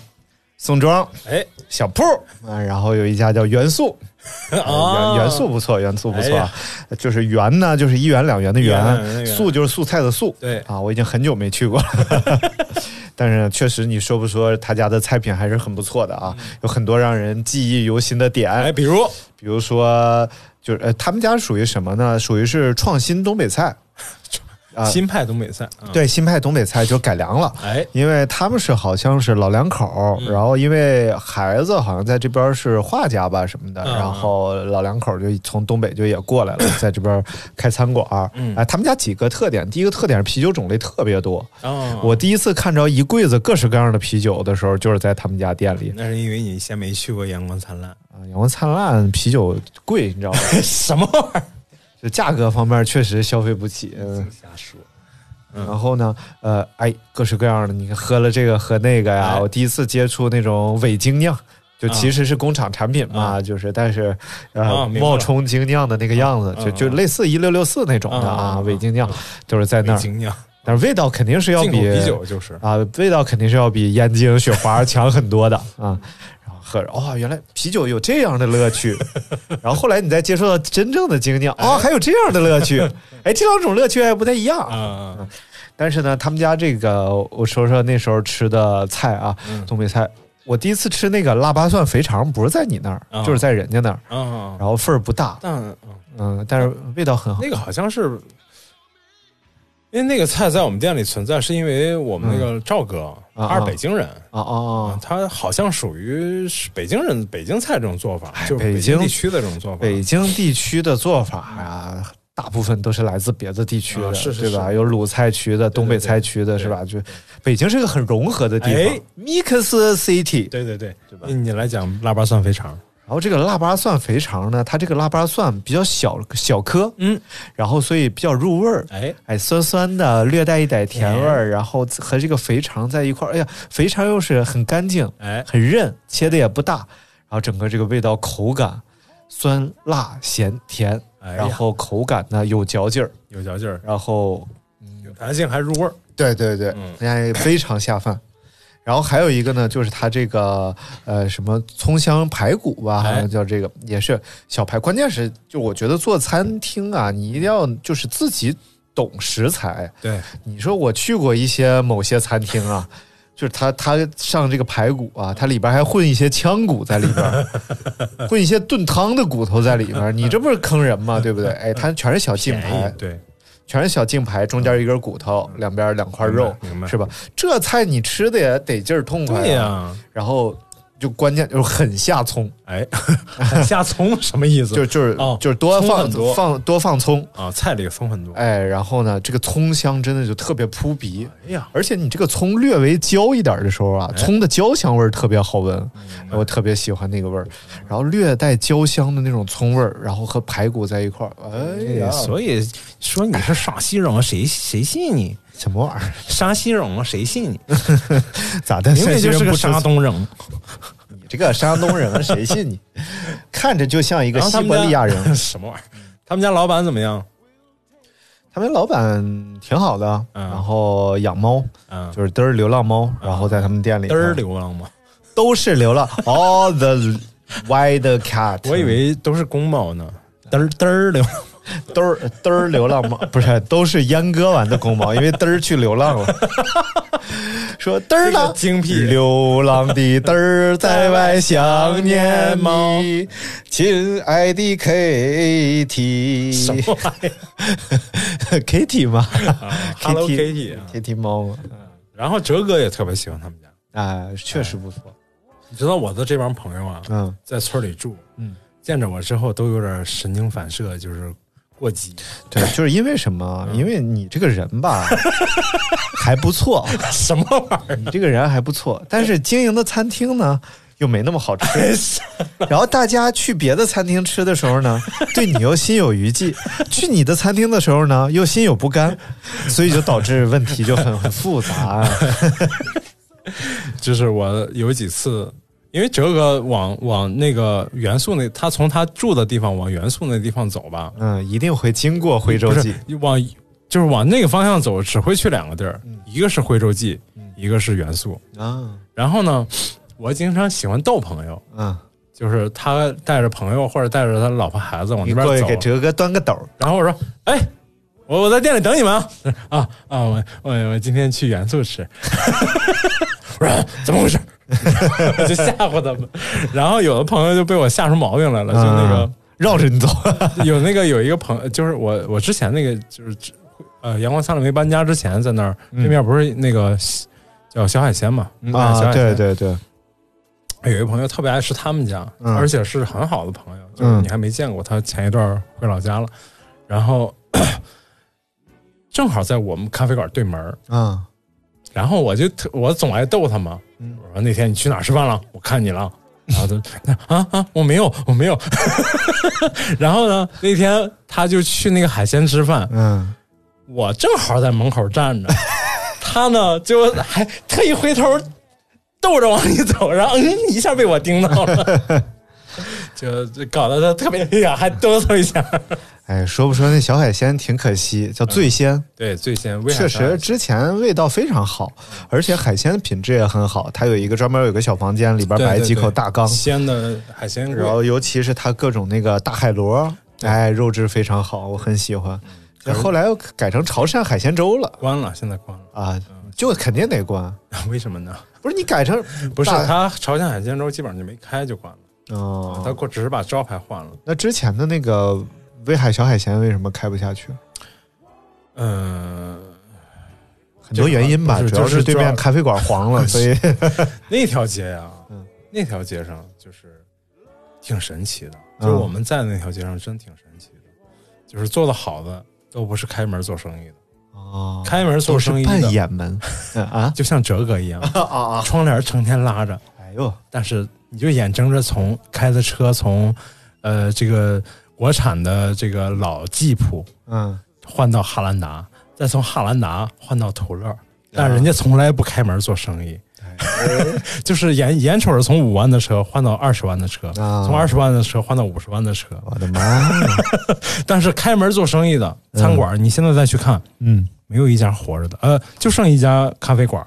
F: 宋庄
G: 哎
F: 小铺，啊，然后有一家叫元素， 呃
G: 啊，
F: 哎元元素不错，元素不错
G: 哎
F: 啊
G: 呀，
F: 就是元呢，就是一元两元的
G: 一元两元的
F: 元，
G: 元
F: 素就是素菜的素。
G: 对
F: 啊，我已经很久没去过了， 但是确实你说不说他家的菜品还是很不错的啊，有很多让人记忆犹新的
G: 嗯哎，
F: 点，
G: 比如
F: 比如说就是呃，他们家属于什么呢？属于是创新东北菜。啊
G: 新派东北菜，啊，
F: 对新派东北菜就改良了。
G: 哎，嗯
F: 因为他们是好像是老两口儿，然后因为孩子好像在这边是画家吧什么的，
G: 嗯
F: 然后老两口儿就从东北就也过 来了，在这边开餐馆儿。
G: 嗯
F: 哎，他们家几个特点，第一个特点是啤酒种类特别多。
G: 哦
F: 我第一次看着一柜子各式各样的啤酒的时候，就是在他们家店里。
G: 那是因为你先没去过阳光灿 烂，
F: 啊阳光灿烂啤酒贵，你知道吗？
G: 什么玩意儿？
F: 就价格方面确实消费不起。嗯，
G: 瞎说，嗯
F: 然后呢，呃，哎，各式各样的，你看喝了这个喝那个呀。
G: 哎
F: 我第一次接触那种伪精酿，就其实是工厂产品嘛，
G: 啊
F: 就是但是呃、
G: 啊明白
F: 冒充精酿的那个样子，
G: 啊
F: 就就类似一六六四那种的
G: 啊啊
F: 啊，
G: 啊
F: 伪精酿就是在那儿，
G: 精酿
F: 但是味道肯定是要
G: 进口
F: 比
G: 啤酒就是
F: 啊，味道肯定是要比燕京、雪花强很多的啊。然后喝着，哦，原来啤酒有这样的乐趣。 然后后来你再接触到真正的精酿，哦，还有这样的乐趣。 哎，这两种乐趣还不太一样啊。
G: 啊，
F: 但是呢，他们家这个，我说说那时候吃的菜啊，
G: 嗯
F: 东北菜。我第一次吃那个腊八蒜肥肠，不是在你那儿，
G: 啊
F: 就是在人家那儿，
G: 啊，
F: 然后份儿不大，
G: 但嗯
F: 嗯，但是味道很好。
G: 那个好像是，因为那个菜在我们店里存在，是因为我们那个赵哥
F: 嗯啊
G: 他是北京人。
F: 啊啊啊！
G: 他好像属于是北京人，北京菜这种做法，
F: 哎
G: 就是
F: 北
G: 北
F: 京
G: 京地区的这种做法。
F: 北京地区的做法啊，大部分都是来自别的地区的，
G: 啊是是
F: 对吧？
G: 是
F: 有鲁菜区的、东北菜区的，
G: 对
F: 是吧？就北京是个很融合的地方、
G: 哎
F: m i x City。
G: 对对对，那你来讲腊八蒜肥肠，
F: 然后这个腊八蒜肥肠呢，它这个腊八蒜比较小小颗，
G: 嗯，
F: 然后所以比较入味儿。
G: 哎，
F: 哎，酸酸的，略带一点甜味儿，然后和这个肥肠在一块儿，哎呀，肥肠又是很干净，
G: 哎
F: 很韧，切的也不大，然后整个这个味道口感酸辣咸甜，
G: 哎呀
F: 然后口感呢有嚼劲儿，
G: 有嚼劲儿，
F: 然后
G: 有弹性，还入味儿。
F: 对对对，
G: 嗯
F: 哎，非常下饭。然后还有一个呢，就是它这个呃什么葱香排骨吧，好
G: 哎
F: 像叫这个，也是小排。关键是，就我觉得做餐厅啊，你一定要就是自己懂食材，
G: 对，
F: 你说我去过一些某些餐厅啊， 就是他他上这个排骨啊，它里边还混一些腔骨在里边，混一些炖汤的骨头在里边，你这不是坑人吗？对不对？哎，它全是小净
G: 便
F: 排
G: 宜，，哎对，
F: 全是小净排，中间一根骨头，两边两块肉
G: 明白明，白
F: 是吧？这菜你吃的也得劲儿痛快
G: 对
F: 呀、
G: 呀，
F: 然后就关键就是很下葱，
G: 哎， 下葱什么意思？
F: 就就是、
G: 哦
F: 就是多
G: 葱
F: 放
G: 很多
F: 放多放葱，
G: 啊，菜里葱很多。
F: 哎，然后呢，这个葱香真的就特别扑鼻。
G: 哎呀，
F: 而且你这个葱略微焦一点儿的时候
G: 哎
F: 啊，葱的焦香味儿特别好闻，
G: 嗯
F: 我特别喜欢那个味儿。然后略带焦香的那种葱味儿，然后和排骨在一块儿，哎呀，
G: 所以说你是陕西人，谁谁信你？
F: 什么玩意儿？
G: 山西人啊谁信你？
F: 咋的？
G: 明明就
F: 陕西
G: 是
F: 人
G: 个
F: 不吃
G: 山东人。
F: 你这个山东人，谁信 你？看着就像一个
G: 然后
F: 西
G: 他们
F: 伯利亚
G: 家。
F: 人
G: 什么玩意儿？他们家老板怎么样？
F: 他们老板挺好的，
G: 嗯
F: 然后养猫，
G: 嗯，
F: 就是嘚儿流浪猫，然后在他们店里嗯
G: 嘚儿流浪 吗？
F: 都是流浪，all the wild cat。
G: 我以为都是公猫呢。
F: 啊
G: 嘚儿嘚 儿流浪，
F: 嘚儿嘚儿流浪猫，不是都是阉割完的公猫，因为嘚儿去流浪了。说嘚儿
G: 这
F: 呢
G: 个，精辟啊
F: 流浪的嘚儿在外想念你，亲爱的 Kitty，
G: 玩意
F: Kitty 吗
G: 啊？Hello Kitty 啊
F: Kitty 猫吗？
G: 然后哲哥也特别喜欢他们家。
F: 啊，确实不
G: 哎
F: 错。
G: 你知道我的这帮朋友啊，
F: 嗯，
G: 在村里住，
F: 嗯，
G: 见着我之后都有点神经反射，就是过 激。
F: 对，就是因为什么？
G: 嗯
F: 因为你这个人吧，还不错，
G: 什么玩 意儿？
F: 你这个人还不错，但是经营的餐厅呢又没那么好吃。 然后大家去别的餐厅吃的时候呢，对你又心有余悸；去你的餐厅的时候呢，又心有不甘，所以就导致问题就很很复杂。
G: 就是我有几次，因为哲哥往往那个元素那，他从他住的地方往元素那地方走吧，
F: 嗯，一定会经过徽州
G: 不
F: 记
G: 是。往就是往那个方向走，只会去两个地儿，
F: 嗯
G: 一个是徽州记，一个是元素。
F: 啊，
G: 然后呢，我经常喜欢逗朋友，
F: 嗯，
G: 就是他带着朋友或者带着他老婆孩子往
F: 你
G: 那
F: 过去给
G: 边走，啊
F: 哲哥端个斗儿。
G: 然后我说：“哎，我我在店里等你们啊 啊啊！我我我今天去元素吃。” 我说：“怎么回事？” 我就吓唬他们。然后有的朋友就被我吓出毛病来了，就那
F: 嗯绕着你走。
G: 个、有那个有一个朋友，就是我我之前那个就是呃《阳光灿烂》没搬家之前，在那儿对面不是那个西叫小海鲜嘛？卖嗯
F: 嗯
G: 小
F: 啊，
G: 海鲜
F: 对对对，
G: 哎有一个朋友特别爱吃他们家，
F: 嗯
G: 而且是很好的朋友，就
F: 嗯
G: 是你还没见过他，前一段回老家了，然后 正好在我们咖啡馆对门儿
F: 嗯
G: 然后我就特我总爱逗他嘛，
F: 嗯
G: 我说那天你去哪儿吃饭了？我看你了。然后他 啊啊，我没有，我没有。 然后呢，那天他就去那个海鲜吃饭，
F: 嗯，
G: 我正好在门口站着， 他呢就还特意回头逗着往里走，然后嗯一下被我盯到了， 就就搞得他特别哎呀，还哆嗦一下。
F: 哎，说不说那小海鲜挺可惜，叫醉仙，
G: 对，最先为啥
F: 确实之前味道非常好，而且海鲜品质也很好，它有一个专门有一个小房间，里边
G: 对对
F: 摆几口
G: 对
F: 大缸，
G: 鲜的海鲜
F: 然
G: 锅
F: 后尤其是它各种那个大海螺，哎，肉质非常好，我很喜欢。
G: 嗯
F: 后来又改成潮汕海鲜粥了
G: 关了，现在关了，
F: 啊，
G: 嗯
F: 就肯定得关。
G: 为什么呢？
F: 不是你改成
G: 不是，
F: 大
G: 他朝鲜海鲜粥基本上就没开就关了，他
F: 哦？
G: 过只是把招牌换了。
F: 那之前的那个威海小海鲜为什么开不下去？
G: 嗯，
F: 很多原因吧，
G: 不是
F: 主要
G: 就是是
F: 对
G: 主要
F: 面咖啡馆黄 了，所以
G: 那条街呀、
F: 嗯
G: 那条街上就是挺神奇的，
F: 嗯
G: 就是我们在那条街上真挺神奇的，就是做的好的都不是开门做生意的，
F: 哦
G: 开门做
F: 都是
G: 生意
F: 半
G: 的
F: 掩门嗯 啊
G: 就像哲哥一 样，
F: 啊啊！
G: 窗帘成天拉着，
F: 哎呦，
G: 但是你就眼睁着从开的车从呃这个国产的这个老吉普
F: 嗯，
G: 换到汉兰达，再从汉兰达换到途乐，但人家从来不开门做生意，哎就是眼眼瞅着从五万的车换到二十万的车，
F: 啊
G: 从二十万的车换到五十万的车，
F: 我的妈呀！
G: 但是开门做生意的餐馆，你现在再去看，
F: 嗯，
G: 没有一家活着的，呃，就剩一家咖啡馆，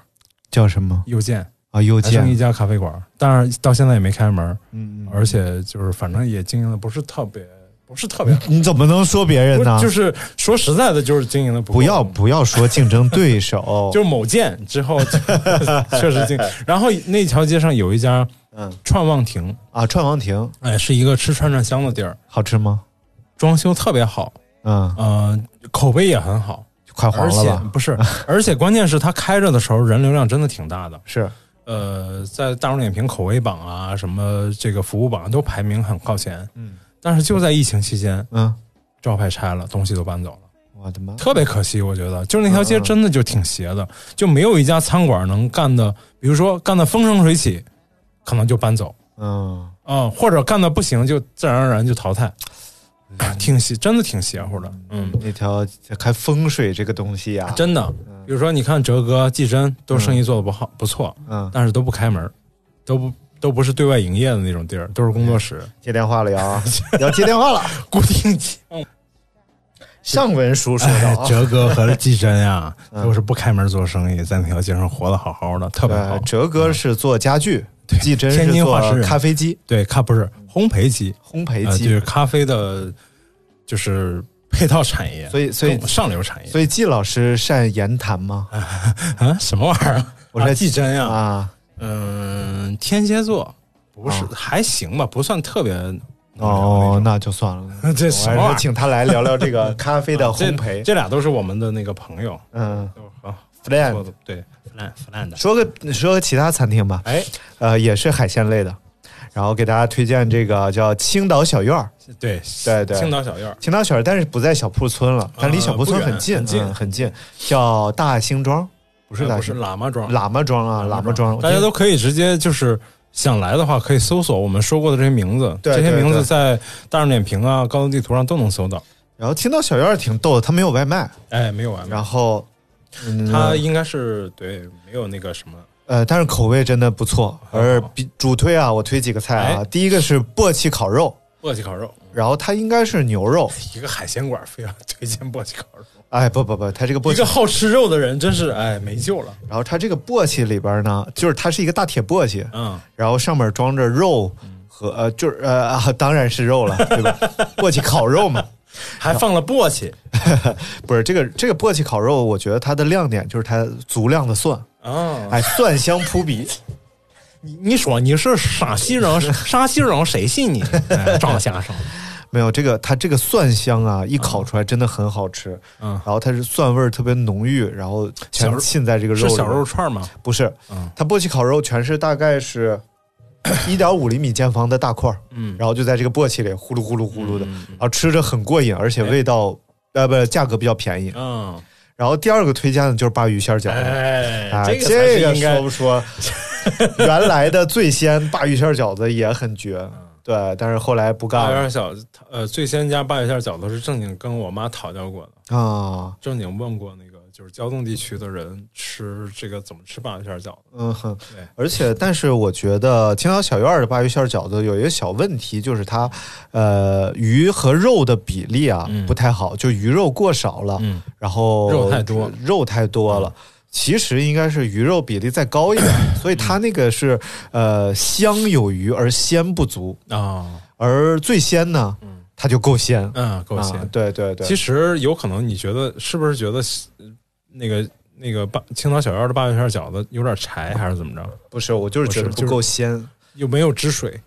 F: 叫什么
G: 右键，
F: 啊？又
G: 还剩一
F: 见，
G: 家咖啡馆，但是到现在也没开门，
F: 嗯，
G: 而且就是反正也经营的不是特别，不是特别 好。
F: 你怎么能说别人
G: 不
F: 呢？
G: 就是说实在的，就是经营的不够
F: 不要不要说竞争对手，
G: 就是某建之后 确实进。然后那条街上有一家
F: 嗯
G: 串旺亭，
F: 啊，串王亭
G: 哎，是一个吃串串香的地儿，
F: 好吃吗？
G: 装修特别好，
F: 嗯，
G: 呃，口碑也很好，
F: 快黄
G: 而
F: 了
G: 且
F: 吧？
G: 不 是，而且关键是它开着的时候人流量真的挺大的，
F: 是，
G: 呃，在大众点评口味榜啊，什么这个服务榜都排名很靠前，
F: 嗯
G: 但是就在疫情期间，
F: 嗯，
G: 招牌拆了，东西都搬走了。
F: 我的妈！
G: 特别可惜，我觉得就是那条
F: 嗯
G: 街
F: 嗯
G: 真的就挺邪的，就没有一家餐馆能干的，比如说干的风生水起，可能就搬走，
F: 嗯，
G: 嗯，或者干的不行就自然而然就淘汰，
F: 嗯
G: 啊挺邪，真的挺邪乎的，嗯，
F: 那条看风水这个东西呀，
G: 真的。比如说，你看哲哥、季真都生意做的不好，不错，
F: 嗯，
G: 但是都不开门，都不都不是对外营业的那种地儿，都是工作室，
F: 接电话了呀，要接电话 了。
G: 固定机。
F: 上文书说
G: 哎
F: 到，啊，
G: 哲哥和季真呀，
F: 嗯
G: 都是不开门做生意，在那条街上活得好好的，特别好
F: 呃，。哲哥是做家具，
G: 哦嗯对
F: 季真
G: 天
F: 是
G: 津话
F: 做
G: 诗人
F: 咖啡机、
G: 对，咖不是烘焙机，
F: 烘焙
G: 呃，就
F: 机
G: 是，咖啡的，就是配套产业，
F: 所以所以
G: 更上流产业
F: 所以季老师善言谈吗？
G: 啊，什么玩意儿？
F: 我说
G: 啊季真呀，
F: 啊，
G: 嗯，天蝎座不是
F: 啊
G: 还行吧，不算 特别
F: 哦，那就算了。
G: 这什么
F: 我
G: 玩
F: 还
G: 意
F: 是
G: 儿？
F: 请他来聊聊这个咖啡 的烘
G: 这
F: 焙。
G: 这俩都是我们的那个朋友，
F: 嗯
G: 都是啊，做
F: ，Flan，
G: 的对，flan flan 的，
F: 说个说个其他餐厅吧，
G: 哎，
F: 呃，也是海鲜类的，然后给大家推荐这个叫青岛小院儿。
G: 对
F: 对对
G: 青岛小院儿，
F: 青岛小院儿，但是不在小铺村了，但离小铺村
G: 啊不远
F: 很近，
G: 很近
F: 嗯很近，叫大兴庄，
G: 不是
F: 大
G: 不是
F: 兴
G: 喇嘛庄，
F: 喇嘛庄啊，喇嘛庄，
G: 大家都可以直接就是想来的话，可以搜索我们说过的这些名字，
F: 对
G: 这些
F: 对
G: 名
F: 对
G: 字在大众点评啊、高德地图上都能搜到。
F: 然后青岛小院儿挺逗的，它没有外卖，
G: 哎，没有啊，
F: 然后，嗯，
G: 它啊应该是对没有那个什么，
F: 呃，但是口味真的不错，而比主推啊，我推几个菜啊，
G: 啊哎
F: 第一个是簸箕烤肉，
G: 簸箕烤肉，
F: 然后它应该是牛肉，
G: 一个海鲜馆非要推荐簸箕烤肉，
F: 哎，不不不，它这个簸
G: 一个
F: 箕，
G: 好吃肉的人真是哎没救了。
F: 然后它这个簸箕里边呢，就是它是一个大铁簸箕，
G: 嗯，
F: 然后上面装着肉和呃，就是呃、啊，当然是肉了， 对吧？簸箕烤肉嘛，
G: 还放了簸箕
F: 不是这个这个簸箕烤肉，我觉得它的亮点就是它足量的蒜，
G: 啊！
F: 哎，蒜香扑 鼻，
G: 你你说你是陕西人，山西人谁信你？哎撞相声，
F: 没有这个，它这个蒜香啊，一烤出来真的很好吃。
G: 嗯
F: 然后它是蒜味儿特别浓郁，然后
G: 小
F: 全
G: 肉
F: 浸在这个肉
G: 是
F: 里
G: 小
F: 面
G: 肉串吗？
F: 不是，
G: 嗯
F: 它簸箕烤肉全是大概是 一点五厘米见方的大块儿，
G: 嗯
F: 然后就在这个簸箕里呼噜呼噜呼噜的，
G: 嗯哎
F: 然后吃着很过瘾，而且味道、呃不价格比较便宜。
G: 嗯，
F: 然后第二个推荐的就是鲅鱼馅儿饺子。
G: 哎
F: 啊，，
G: 这
F: 这
G: 个才
F: 个
G: 是应该
F: 说不 说？原来的醉仙鲅鱼馅儿饺子也很绝，
G: 嗯
F: 对，但是后来不
G: 鲅
F: 干
G: 鱼馅
F: 了
G: 儿饺，呃，最先家鲅鱼馅儿饺子是正经跟我妈讨教过的，
F: 啊。
G: 正经问过那个就是胶东地区的人吃这个怎么吃鲅鱼馅儿饺子。
F: 嗯哼
G: 对，
F: 而且，但是我觉得青岛小院儿的鲅鱼馅儿饺子有一个小问题，就是它，呃，鱼和肉的比例啊、
G: 嗯
F: 不太好，就鱼肉过少了，
G: 嗯
F: 然后
G: 肉太多了
F: 肉太多嗯了。其实应该是鱼肉比例再高一点，所以它那个是呃香有余而鲜不足，
G: 啊，
F: 而最鲜呢，它就够鲜，
G: 嗯，够鲜
F: 啊。对对对，
G: 其
F: 实
G: 实有可能，你觉得是不是觉得呃那个那个鲅青岛小院的鲅鱼馅儿饺子有点柴，还是怎么着？
F: 不是，我就是觉得
G: 不是就
F: 不
G: 是
F: 够鲜，
G: 有没有汁水？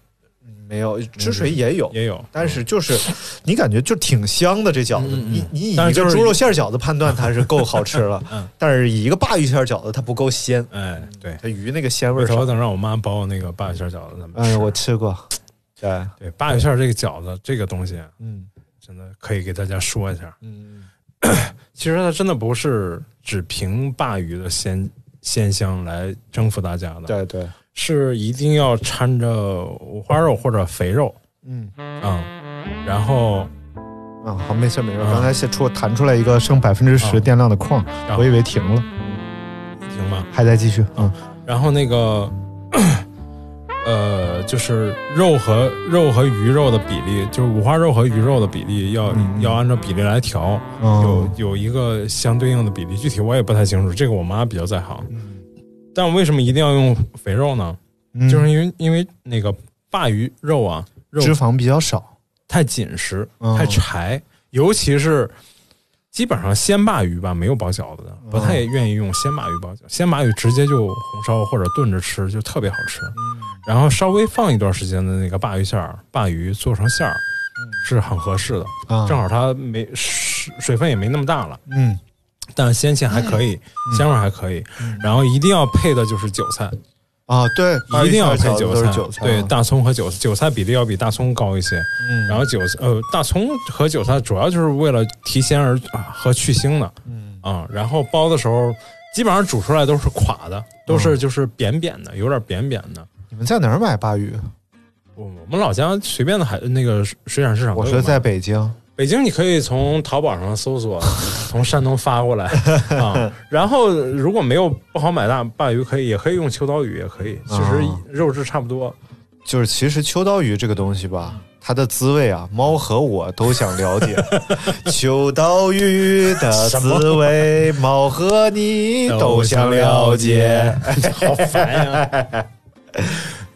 F: 没有汁水嗯也有。
G: 也有，
F: 但是就是，你感觉就挺香的这饺子，
G: 嗯嗯
F: 你你以
G: 但
F: 一
G: 是就
F: 个
G: 是
F: 猪肉馅儿饺子判断它是够好吃了，
G: 嗯
F: 但是以一个鲅鱼馅儿饺子它不够鲜，
G: 哎，对。
F: 它鱼那个鲜味
G: 回
F: 儿
G: 头
F: 少。
G: 等让我妈包那个鲅鱼馅儿饺子，咱们吃。
F: 嗯，我吃过，对，
G: 对鲅鱼馅儿这个饺子这个东西，
F: 嗯
G: 真的可以给大家说一下。
F: 嗯
G: 其实它真的不是只凭鲅鱼的鲜鲜香来征服大家的，
F: 对对，
G: 是一定要掺着五花肉或者肥肉
F: 嗯
G: 啊、然后
F: 啊，好，没事没事，
G: 啊
F: 刚才是出弹出来一个剩百分之十
G: 啊
F: 电量的框，我以为停了，
G: 行吧，
F: 还在继续，嗯
G: 然后那个。呃，就是肉和肉和鱼肉的比例，就是五花肉和鱼肉的比例要，要、
F: 嗯
G: 按照比例来调，有
F: 嗯
G: 有一个相对应的比例，具体我也不太清楚，这个我妈比较在行。但为什么一定要用肥肉呢？
F: 嗯
G: 就是因为因为那个鲅鱼肉啊，肉
F: 脂肪比较少，
G: 太紧实、
F: 嗯
G: 太柴，尤其是基本上鲜鲅鱼吧，没有包饺子的，
F: 嗯
G: 不太愿意用鲜鲅鱼包饺子。鲜鲅鱼直接就红烧或者炖着吃，就特别好吃。
F: 嗯
G: 然后稍微放一段时间的那个鲅鱼馅儿，鲅鱼做成馅儿是很合适的，
F: 嗯啊
G: 正好它没水水分也没那么大了。
F: 嗯
G: 但鲜气还
F: 哎
G: 可以，香味还可以，然后一定要配的就是韭菜，
F: 啊，对，
G: 一定要配
F: 韭
G: 菜，
F: 韭菜，啊
G: 对，大葱和韭菜，韭菜比例要比大葱高一些。
F: 嗯
G: 然后韭菜，呃，大葱和韭菜主要就是为了提鲜而啊和去腥的，
F: 嗯
G: 啊，然后包的时候基本上煮出来都是垮
F: 嗯
G: 的，都是就是扁扁的，有点扁扁的。
F: 你们在哪儿买鲅鱼？
G: 我我们老家随便的海那个水产市场都有
F: 我
G: 卖，
F: 说在北京，
G: 北京，你可以从淘宝上 搜索，从山东发过来啊。然后如果没有不好买大鲅鱼，可以也可以用秋刀鱼，也可以，其实
F: 哦
G: 肉质差不多。
F: 就是其实秋刀鱼这个东西吧，它的滋味啊，猫和我都想了解。秋刀鱼的滋味，猫和你都想了解。，
G: 好 烦呀、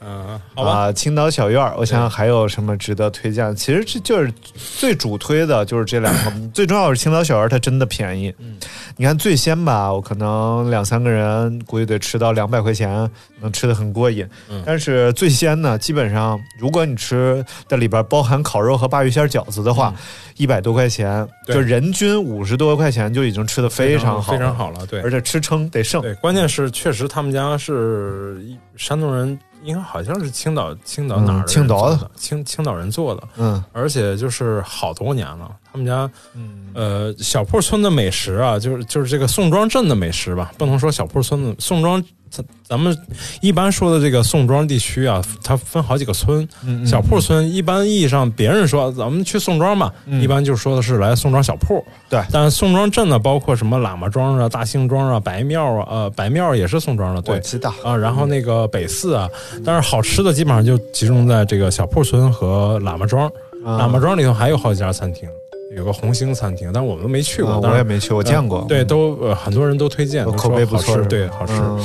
G: 嗯、好吧，
F: 啊，青岛小院儿，我想想还有什么值得推荐？其实这就是最主推的，就是这两 个。最重要是青岛小院儿它真的便宜。
G: 嗯
F: 你看最先吧，我可能两三个人估计得吃到两百块钱，能吃的很过瘾。
G: 嗯
F: 但是最先呢，基本上如果你吃的里边包含烤肉和鲅鱼馅儿饺子的话，一百、多块钱，
G: 嗯对
F: 就人均五十多块钱就已经吃的非常好，
G: 嗯非常，好了，对
F: 而且吃撑得剩。
G: 对，关键是确实他们家是一山东人，应该好像是青岛青岛哪儿的人
F: 嗯青岛
G: 做
F: 的
G: 的青青岛人做的，
F: 嗯
G: 而且就是好多年了，他们家。
F: 嗯
G: 呃，小铺村的美食啊，就是就是这个宋庄镇的美食吧，不能说小铺村的宋庄，咱咱们一般说的这个宋庄地区啊，它分好几个村。
F: 嗯，
G: 小铺村一般意义上，别人说咱们去宋庄吧，
F: 嗯
G: 一般就说的是来宋庄小铺。
F: 对
G: 但宋庄镇呢，包括什么喇嘛庄啊、大兴庄啊、白庙啊，呃，白庙也是宋庄的，
F: 我
G: 对。
F: 知道。嗯
G: 啊，然后那个北四啊，但是好吃的基本上就集中在这个小铺村和喇嘛庄。
F: 啊
G: 喇嘛庄里头还有好几家餐厅，有个红星餐厅，但我们都没去过。
F: 啊
G: 当
F: 我
G: 然
F: 也没去，我
G: 我
F: 见过。
G: 对，都、呃、很多人都推荐，
F: 都
G: 都
F: 口
G: 说
F: 碑不
G: 好
F: 错
G: 吃
F: 是吧
G: 对，好吃。
F: 嗯，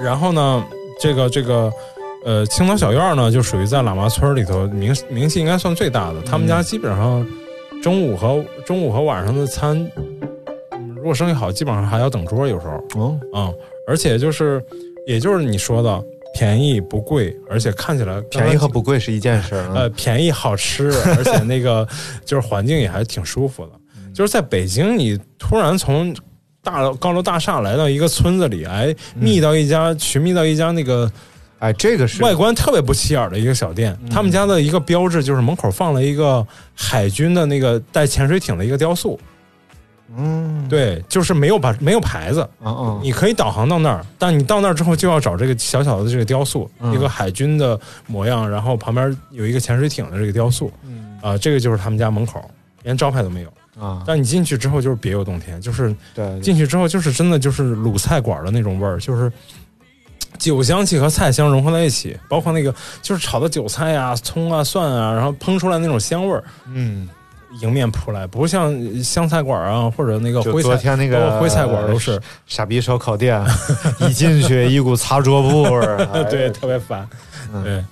G: 然后呢，这个这个呃，青岛小院呢，就属于在喇嘛村里头名名气应该算最大的。他们
F: 嗯
G: 家基本上中午和中午和晚上的餐，嗯如果生意好，基本上还要等桌，有时候。
F: 哦，
G: 啊、而且就是，也就是你说的，便宜不贵，而且看起来
F: 便宜和不贵是一件事儿啊
G: 呃，便宜好 吃，而且那个就是环境也还挺舒服的。
F: 嗯
G: 就是在北京，你突然从大楼高楼大厦来到一个村子里，哎，觅到一家寻觅到一家那个
F: 哎，这个嗯是嗯
G: 外观特别不起眼的一个小店，他们家的一个标志就是门口放了一个海军的那个带潜水艇的一个雕塑，
F: 嗯，
G: 对，就是没有把没有牌子，
F: 嗯嗯，
G: 你可以导航到那儿，但你到那儿之后就要找这个小小的这个雕塑，
F: 嗯
G: 一个海军的模样，然后旁边有一个潜水艇的这个雕塑，
F: 嗯
G: 啊、这个就是他们家门口，连招牌都没有。
F: 啊，
G: 嗯但你进去之后就是别有洞天，就是
F: 对，
G: 进去之后就是真的就是鲁菜馆的那种味儿，就是酒香气和菜香融合在一起，包括那个就是炒的韭菜啊、葱啊、蒜啊，然后烹出来那种香味儿
F: 嗯，
G: 迎面扑来，不像湘菜馆啊或者那个
F: 就
G: 徽
F: 昨
G: 菜，
F: 天那
G: 包
F: 个
G: 括徽菜馆都是，
F: 傻逼烧烤店，一进去一股擦桌布味 儿，哎
G: 对，特别烦，
F: 嗯
G: 对。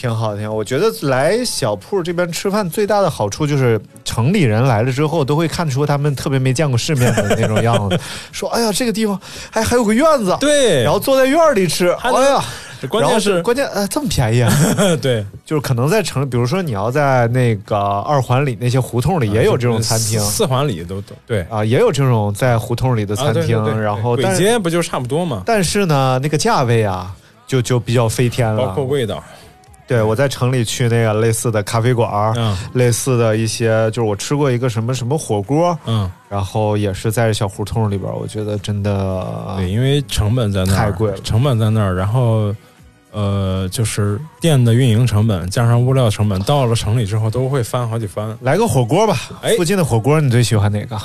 F: 挺好挺好。我觉得来小铺这边吃饭最大的好处就是，城里人来了之后都会看出他们特别没见过世面的那种样子， 说：“哎呀，这个地方还还有个院子。”。
G: 对，
F: 然后坐在院儿里吃，
G: 还能
F: 哎呀，
G: 关键
F: 然后
G: 是
F: 关键呃这么便宜啊，
G: 对
F: 就是可能在城，比如说你要在那个二环里那些胡同
G: 啊
F: 里也有这种餐厅
G: 四四环里都都对
F: 啊，也有这种在胡同里的餐
G: 啊对对
F: 厅，
G: 对
F: 然后
G: 对
F: 但
G: 簋
F: 是
G: 街不就差不多吗？
F: 但是呢，那个价位啊，就就比较飞天了。
G: 包括味
F: 啊
G: 道，
F: 对我在城里去那个类似的咖啡馆儿，
G: 嗯
F: 类似的一些，就是我吃过一个什么什么火锅，
G: 嗯，
F: 然后也是在小胡同里边儿，我觉得真的
G: 对，因为成本在那儿，
F: 啊太贵了
G: 成本在那儿，然后呃，就是店的运营成本加上物料成本，到了城里之后都会翻好几番。
F: 来个火锅吧。
G: 哎
F: 附近的火锅你最喜欢哪个？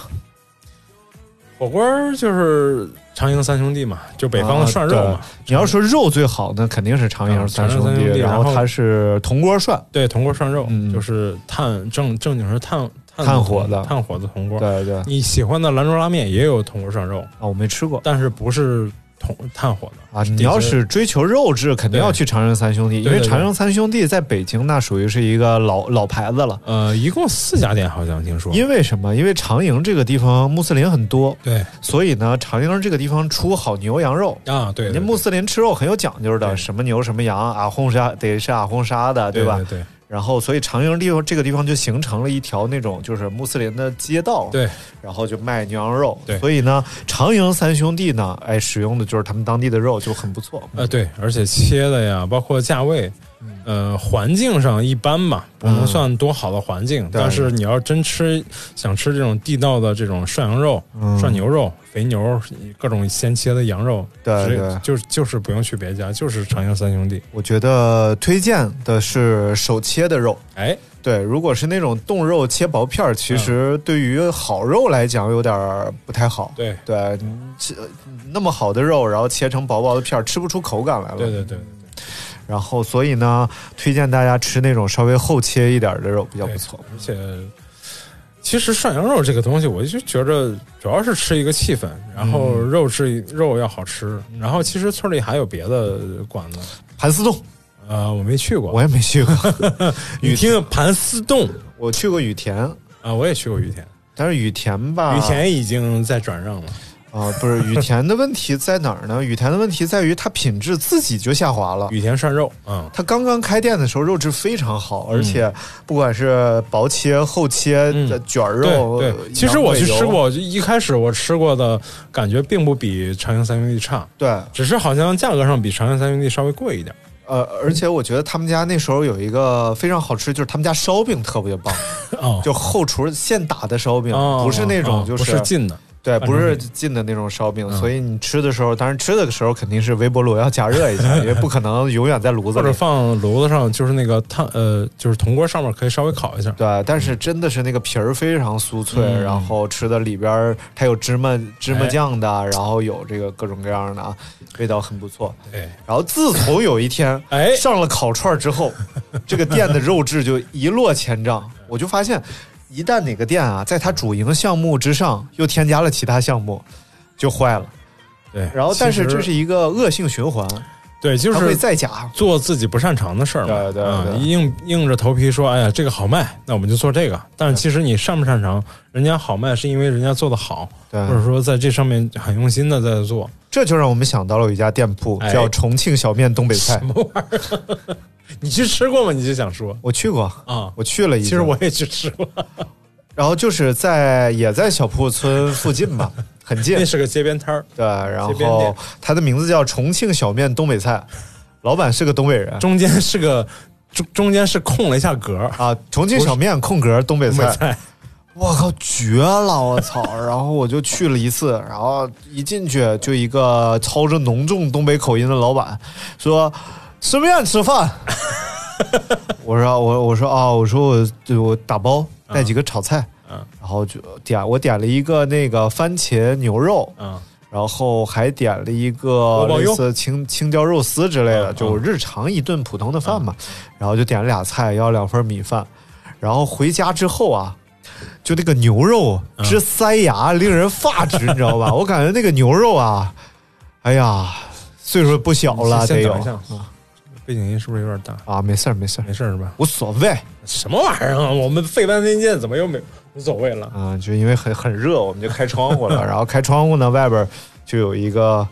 G: 火锅儿就是长营三兄弟嘛，就北方的涮肉嘛，
F: 啊对你要说肉最好，那肯定是长
G: 嗯
F: 阳三兄
G: 长阳三兄弟
F: 然
G: 然后
F: 后它是铜锅涮，
G: 对，铜锅涮肉、
F: 嗯
G: 就是炭正正经是炭
F: 炭火的
G: 炭火的铜锅。
F: 对对啊，
G: 你喜欢的兰州拉面也有铜锅涮肉，
F: 啊我没吃过
G: 但是不是铜炭火的
F: 啊。你要是追求肉质，肯定要
G: 对
F: 去长阳三兄弟，因
G: 对
F: 为
G: 对对
F: 长阳三兄弟在北京那属于是一个老老牌子了。
G: 呃，一共四家店好像听说，
F: 因为什么？因为长营这个地方穆斯林很多，
G: 对
F: 所以呢，长营这个地方出好牛羊肉。
G: 啊，对，
F: 人家穆斯林吃肉很有讲究
G: 对
F: 的，什么牛什么羊，啊轰杀得是啊轰杀的，
G: 对
F: 吧？
G: 对对
F: 然后，所以长营地方这个地方就形成了一条那种就是穆斯林的街道，
G: 对，
F: 然后就卖牛羊肉。
G: 对
F: 所以呢，长营三兄弟呢，哎，使用的就是他们当地的肉，就很不错。
G: 呃，对，而且切的呀，包括价位，呃，环境上一般吧，不能算多好的环境。
F: 对
G: 但是你要真吃，想吃这种地道的这种涮羊肉、
F: 嗯
G: 涮牛肉、肥牛，各种鲜切的羊肉，
F: 对
G: 直接
F: 对
G: 就就是不用去别家，就是长阳三兄弟。
F: 我觉得推荐的是手切的肉，
G: 哎，
F: 对，如果是那种冻肉切薄片儿，其实对于好肉来讲有点儿不太好。
G: 对，
F: 对，你切那么好的肉，然后切成薄薄的片儿，吃不出口感来了。
G: 对对对，
F: 然后，所以呢，推荐大家吃那种稍微厚切一点儿的肉，比较不错。
G: 而且其实涮羊肉这个东西，我就觉着主要是吃一个气氛，然后肉质肉要好吃，然后其实村里还有别的馆子。
F: 盘丝洞
G: 呃，我没去过，
F: 我也没去 过，
G: 雨听盘丝洞
F: 我去过羽田，
G: 啊，我也去过雨田，
F: 但是羽田吧，
G: 雨田已经在转让了。
F: 啊、不是羽田的问题在哪儿呢？羽田的问题在于它品质自己就下滑了。
G: 雨田涮肉，嗯，
F: 它刚刚开店的时候肉质非常好，而且不管是薄切、厚切、
G: 嗯
F: 的卷儿肉，
G: 对
F: 呃
G: 对，其实我去吃，
F: 羊尾油
G: 过，就一开始我吃过的感觉并不比长阳三兄弟差，
F: 对，
G: 只是好像价格上比长阳三兄弟稍微贵一点。
F: 呃，而且我觉得他们家那时候有一个非常好吃，就是他们家烧饼特别 棒，
G: 哦，
F: 就后厨现打的烧饼，
G: 哦
F: 不是那种
G: 哦
F: 就
G: 不是进啊的，
F: 对，
G: 半
F: 不
G: 成
F: 是
G: 品
F: 进的那种烧
G: 嗯
F: 饼，所以你吃的时候，当然吃的时候肯定是微波炉要加热一 下，因为不可能永远在炉子
G: 或
F: 里
G: 者。放炉子上，就是那个炭，呃，就是铜锅上面可以稍微烤一下。
F: 对，但是真的是那个皮儿非常酥脆，
G: 嗯
F: 然后吃的里边儿它有芝麻芝麻
G: 哎
F: 酱的，啊然后有这个各种各样的啊，味道很不错。
G: 对，
F: 然后自从有一天
G: 哎
F: 上了烤串儿之后，这个店的肉质就一落千丈。我就发现，一旦哪个店啊，在它主营项目之上又添加了其他项目，就坏了。
G: 对，
F: 然后，但是
G: 其实
F: 这是一个恶性循环。
G: 对，就
F: 他会
G: 是
F: 再假。
G: 做自己不擅长的事儿嘛，
F: 对对
G: 啊
F: 对
G: 硬硬着头皮说，哎呀，这个好卖，那我们就做这个。但是其实你擅不擅长，人家好卖是因为人家做的好，
F: 对
G: 或者说在这上面很用心的在做。
F: 这就让我们想到了有一家店铺
G: 哎
F: 叫重庆小面东北菜，
G: 你去吃过吗？你就想说
F: 我去过
G: 啊
F: 我去了一次。
G: 其实我也去吃过，
F: 然后就是在也在小铺村附近嘛，很近
G: 那。是个街边摊儿，
F: 对，然
G: 街边
F: 后
G: 店
F: 它的名字叫重庆小面东北菜，老板是个东北人
G: 中间是个中中间是空了一下格儿，
F: 啊。重庆小面空格东北
G: 东北
F: 菜，
G: 菜
F: 我靠，绝了！我操！ 然后我就去了一次，然后一进去就一个操着浓重东北口音的老板说：“什么样吃 饭？”我说：“我我说啊，我说我对我打包带几个炒菜，
G: 嗯
F: 然后就点我点了一个那个番茄牛肉，
G: 嗯，
F: 然后还点了一个
G: 锅包
F: 类
G: 肉
F: 似青青椒肉丝之类的，
G: 嗯
F: 就我日常一顿普通的饭嘛。然后就点了俩菜，要两份米饭。然后回家之后啊，就那个牛肉之塞牙，令人发指，你知道吧？ 我感觉那个牛肉啊，哎呀，岁数不小了，
G: 先
F: 得
G: 先
F: 有
G: 等一下啊背景音是不是有点大？
F: 啊，没事儿，没事儿
G: 没，事儿是吧？
F: 无所谓
G: 什么玩意儿啊？我们费半天劲，怎么又没无所谓了？
F: 啊，就因为很很热，我们就开窗户 了。然后开窗户呢，外边就有一个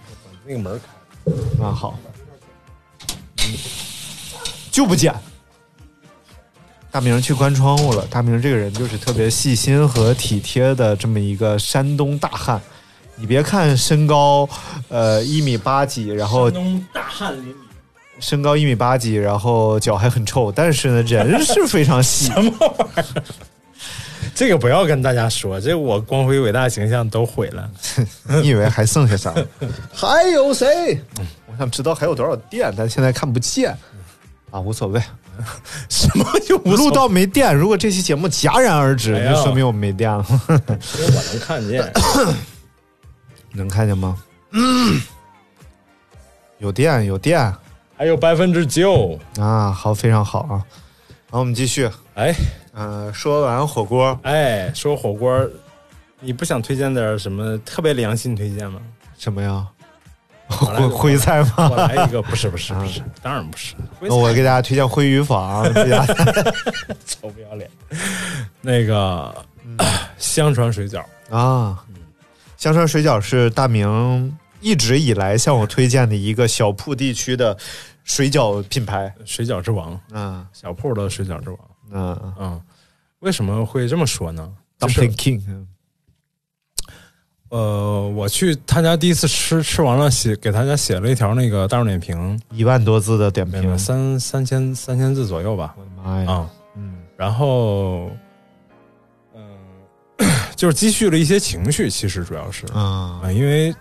G: 那个门儿开
F: 啊，好，就不剪。大明去关窗户了。大明这个人就是特别细心和体贴的这么一个山东大汉。你别看身高，呃，一米八几，然后
G: 东大汗淋漓，
F: 身高一米八几，然后脚还很臭，但是呢，人是非常细。
G: 这个不要跟大家说，这我光辉伟大形象都毁了。
F: 你以为还剩下啥？还有谁？我想知道还有多少电，但现在看不见。啊，无所 谓。
G: 什么就无
F: 录
G: 所
F: 到没电，如果这期节目戛然而止，
G: 哎呀
F: 就说明我们没电了。
G: 因为我能看见。
F: 能看见吗？嗯 有电，有电
G: 还有百分之九，
F: 啊，好，非常好啊。然后我们继续，
G: 哎
F: 呃，说完火锅，
G: 哎，说火锅，你不想推荐点什么特别良心推荐吗？
F: 什么呀？
G: 我来
F: 徽徽菜
G: 我
F: 吗？
G: 来一个，不是不是不是， 当然不是，回
F: 那我给大家推荐徽鱼 坊，这家
G: 臭不要脸。那个、 香川水饺，
F: 啊，香川水饺是大明一直以来向我推荐的一个小铺地区的水饺品牌。
G: 水饺之王，
F: 嗯
G: 小铺的水饺之王。
F: 嗯
G: 嗯，为什么会这么说呢？就
F: ，Dumpling
G: 是
F: King，嗯
G: 呃，我去他家第一次吃，吃完了写给他家写了一条那个大众点评，
F: 一万多字的点
G: 没
F: 评
G: 有，三三千三千字左右吧。
F: 我的妈呀！
G: 啊、
F: 嗯
G: 然后，嗯、就是积蓄了一些情绪，其实主要是，啊、
F: 啊
G: 因为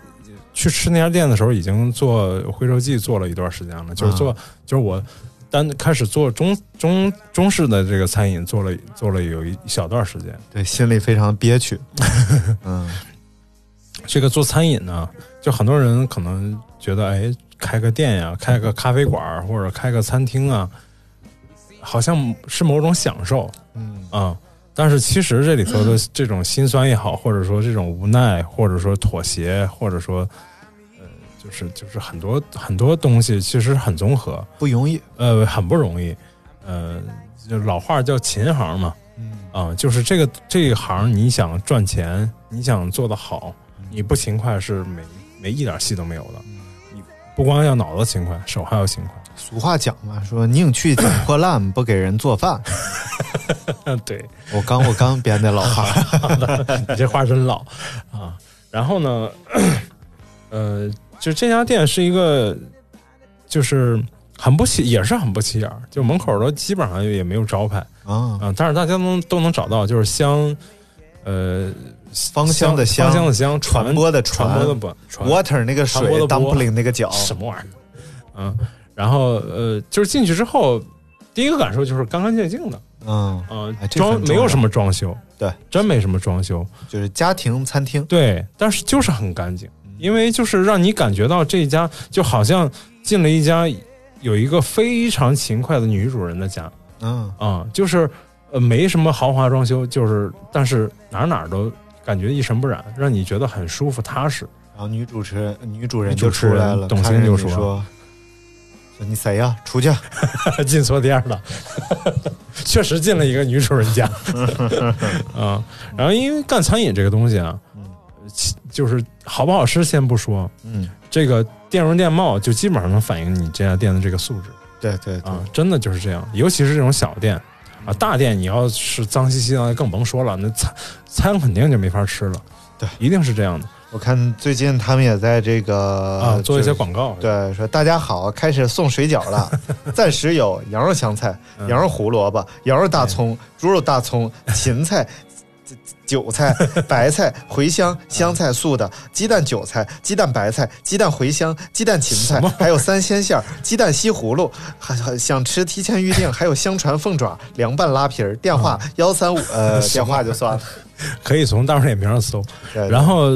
G: 去吃那家店的时候，已经做徽州记做了一段时间了，就是做，就是我单开始做中中中式的这个餐饮，做了做了有一小段时间。
F: 对，心里非常憋 屈。嗯，
G: 这个做餐饮呢，就很多人可能觉得，哎，开个店呀，开个咖啡馆儿或者开个餐厅啊，好像是某种享受，
F: 嗯
G: 啊、但是其实这里头的这种心酸也好，或者说这种无奈，或者说妥协，或者说，呃，就是就是很多很多东西其实很综合，
F: 不容易。
G: 呃，很不容易，呃，就老话叫琴行嘛，
F: 嗯
G: 啊、就是这个这一行你想赚钱，你想做得好，你不勤快是没没一点戏都没有的，你不光要脑子勤快，手还要勤快。
F: 俗话讲嘛，说宁去捡破烂，不给人做 饭。
G: 嗯，对，
F: 我刚我刚编的老话，
G: 你这话真老啊。然后呢，呃，就这家店是一个，就是很不起，也是很不起眼儿，就门口都基本上也没有招牌
F: 啊，
G: 啊，但是大家都都能找到，就是香，呃，
F: 芳香的
G: 香，芳香的香，
F: 传播的
G: 传播的不传
F: water 那个水
G: 传播的波
F: ，dumpling 那个饺，
G: 什么玩意儿？嗯，然后呃，就是进去之后，第一个感受就是干干净净的，
F: 嗯，
G: 嗯、
F: 哎这个
G: 装
F: 很重
G: 没有
F: 要
G: 什么装修，
F: 对，
G: 真没什么装修，
F: 就是家庭餐厅。
G: 对，但是就是很干净，因为就是让你感觉到这一家就好像进了一家有一个非常勤快的女主人的家
F: 嗯，
G: 啊、就是呃没什么豪华装修，就是但是哪儿哪儿都感觉一尘不染，让你觉得很舒服踏实。
F: 然后女主持人女主人
G: 女主
F: 就
G: 持
F: 出
G: 人
F: 来了，
G: 董
F: 看
G: 卿
F: 着
G: 就
F: 你
G: 说
F: 说：“你谁呀？出去！
G: 进错店了， 确实进了一个女 主人家。啊，然后因为干餐饮这个东西啊，其就是好不好吃先不说，
F: 嗯，
G: 这个店容店貌就基本上能反映你这家店的这个素质
F: 对对对，
G: 啊，真的就是这样。尤其是这种小店啊，大店你要是脏兮兮的，更甭说了，那餐餐肯定就没法吃了。
F: 对，
G: 一定是这样的
F: 我看最近他们也在这个
G: 啊，做一些
F: 就是
G: 广告。
F: 对，说大家好，开始送水饺 了，暂时有羊肉香菜、
G: 嗯
F: 羊肉胡萝卜、羊肉大葱、猪肉大 葱、芹菜。韭菜、白菜、茴
G: 嗯
F: 香、香菜素的，鸡蛋韭菜、鸡蛋白菜、鸡蛋茴香、鸡蛋芹菜，还有三鲜馅儿、鸡蛋西葫芦，还还想吃提前预定，还有香传凤爪、凉拌拉皮儿。电话
G: 嗯
F: 幺三五，呃， 电话就算了。
G: 可以从大众点评上搜。
F: 对
G: 然后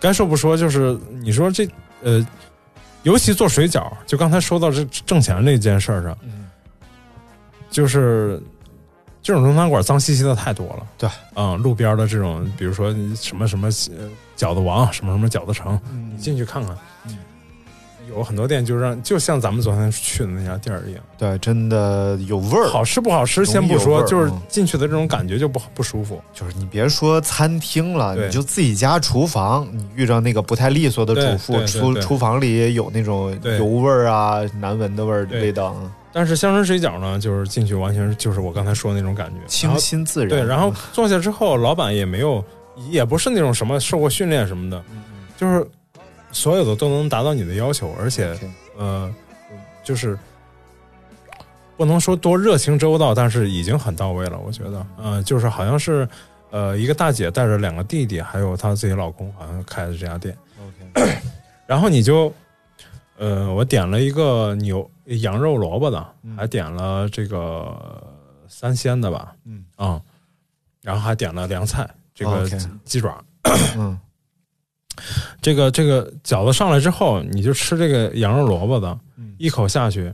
G: 该说不说，就是你说这呃，尤其做水饺，就刚才说到这挣钱这件事儿上，
F: 嗯
G: 就是这种中餐馆脏兮兮的太多了。
F: 对，
G: 嗯，路边的这种，比如说你什么什么呃饺子王，什么什么饺子城，
F: 嗯
G: 你进去看看，有很多店就让就像咱们昨天去的那家店儿一样，
F: 对，真的有味儿。
G: 好吃不好吃先
F: 浓
G: 不
F: 油味
G: 说，
F: 儿
G: 就是
F: 嗯
G: 进去的这种感觉就不不舒服。
F: 就是你别说餐厅了，
G: 对
F: 你就自己家厨房，你遇到那个不太利索的主
G: 对
F: 妇，
G: 对
F: 厨
G: 对对
F: 厨房里有那种
G: 对
F: 油味儿啊、难闻的味儿、
G: 对
F: 味道，嗯
G: 但是香椿水饺呢，就是进去完全就是我刚才说的那种感觉，然
F: 清
G: 后
F: 新自然。
G: 对，然后坐下之后，老板也没有，也不是那种什么受过训练什么的，就是所有的都能达到你的要求，而且
F: OK
G: 呃，就是不能说多热情周到，但是已经很到位了，我觉得，嗯、就是好像是呃一个大姐带着两个弟弟，还有她自己老公，好像开的这家店，
F: OK，
G: 然后你就，呃，我点了一个牛羊肉萝卜的，
F: 嗯
G: 还点了这个三鲜的吧，
F: 嗯哦
G: 啊、然后还点了凉菜，这个
F: OK
G: 鸡爪，
F: 嗯
G: 这个这个饺子上来之后，你就吃这个羊肉萝卜的，
F: 嗯
G: 一口下去，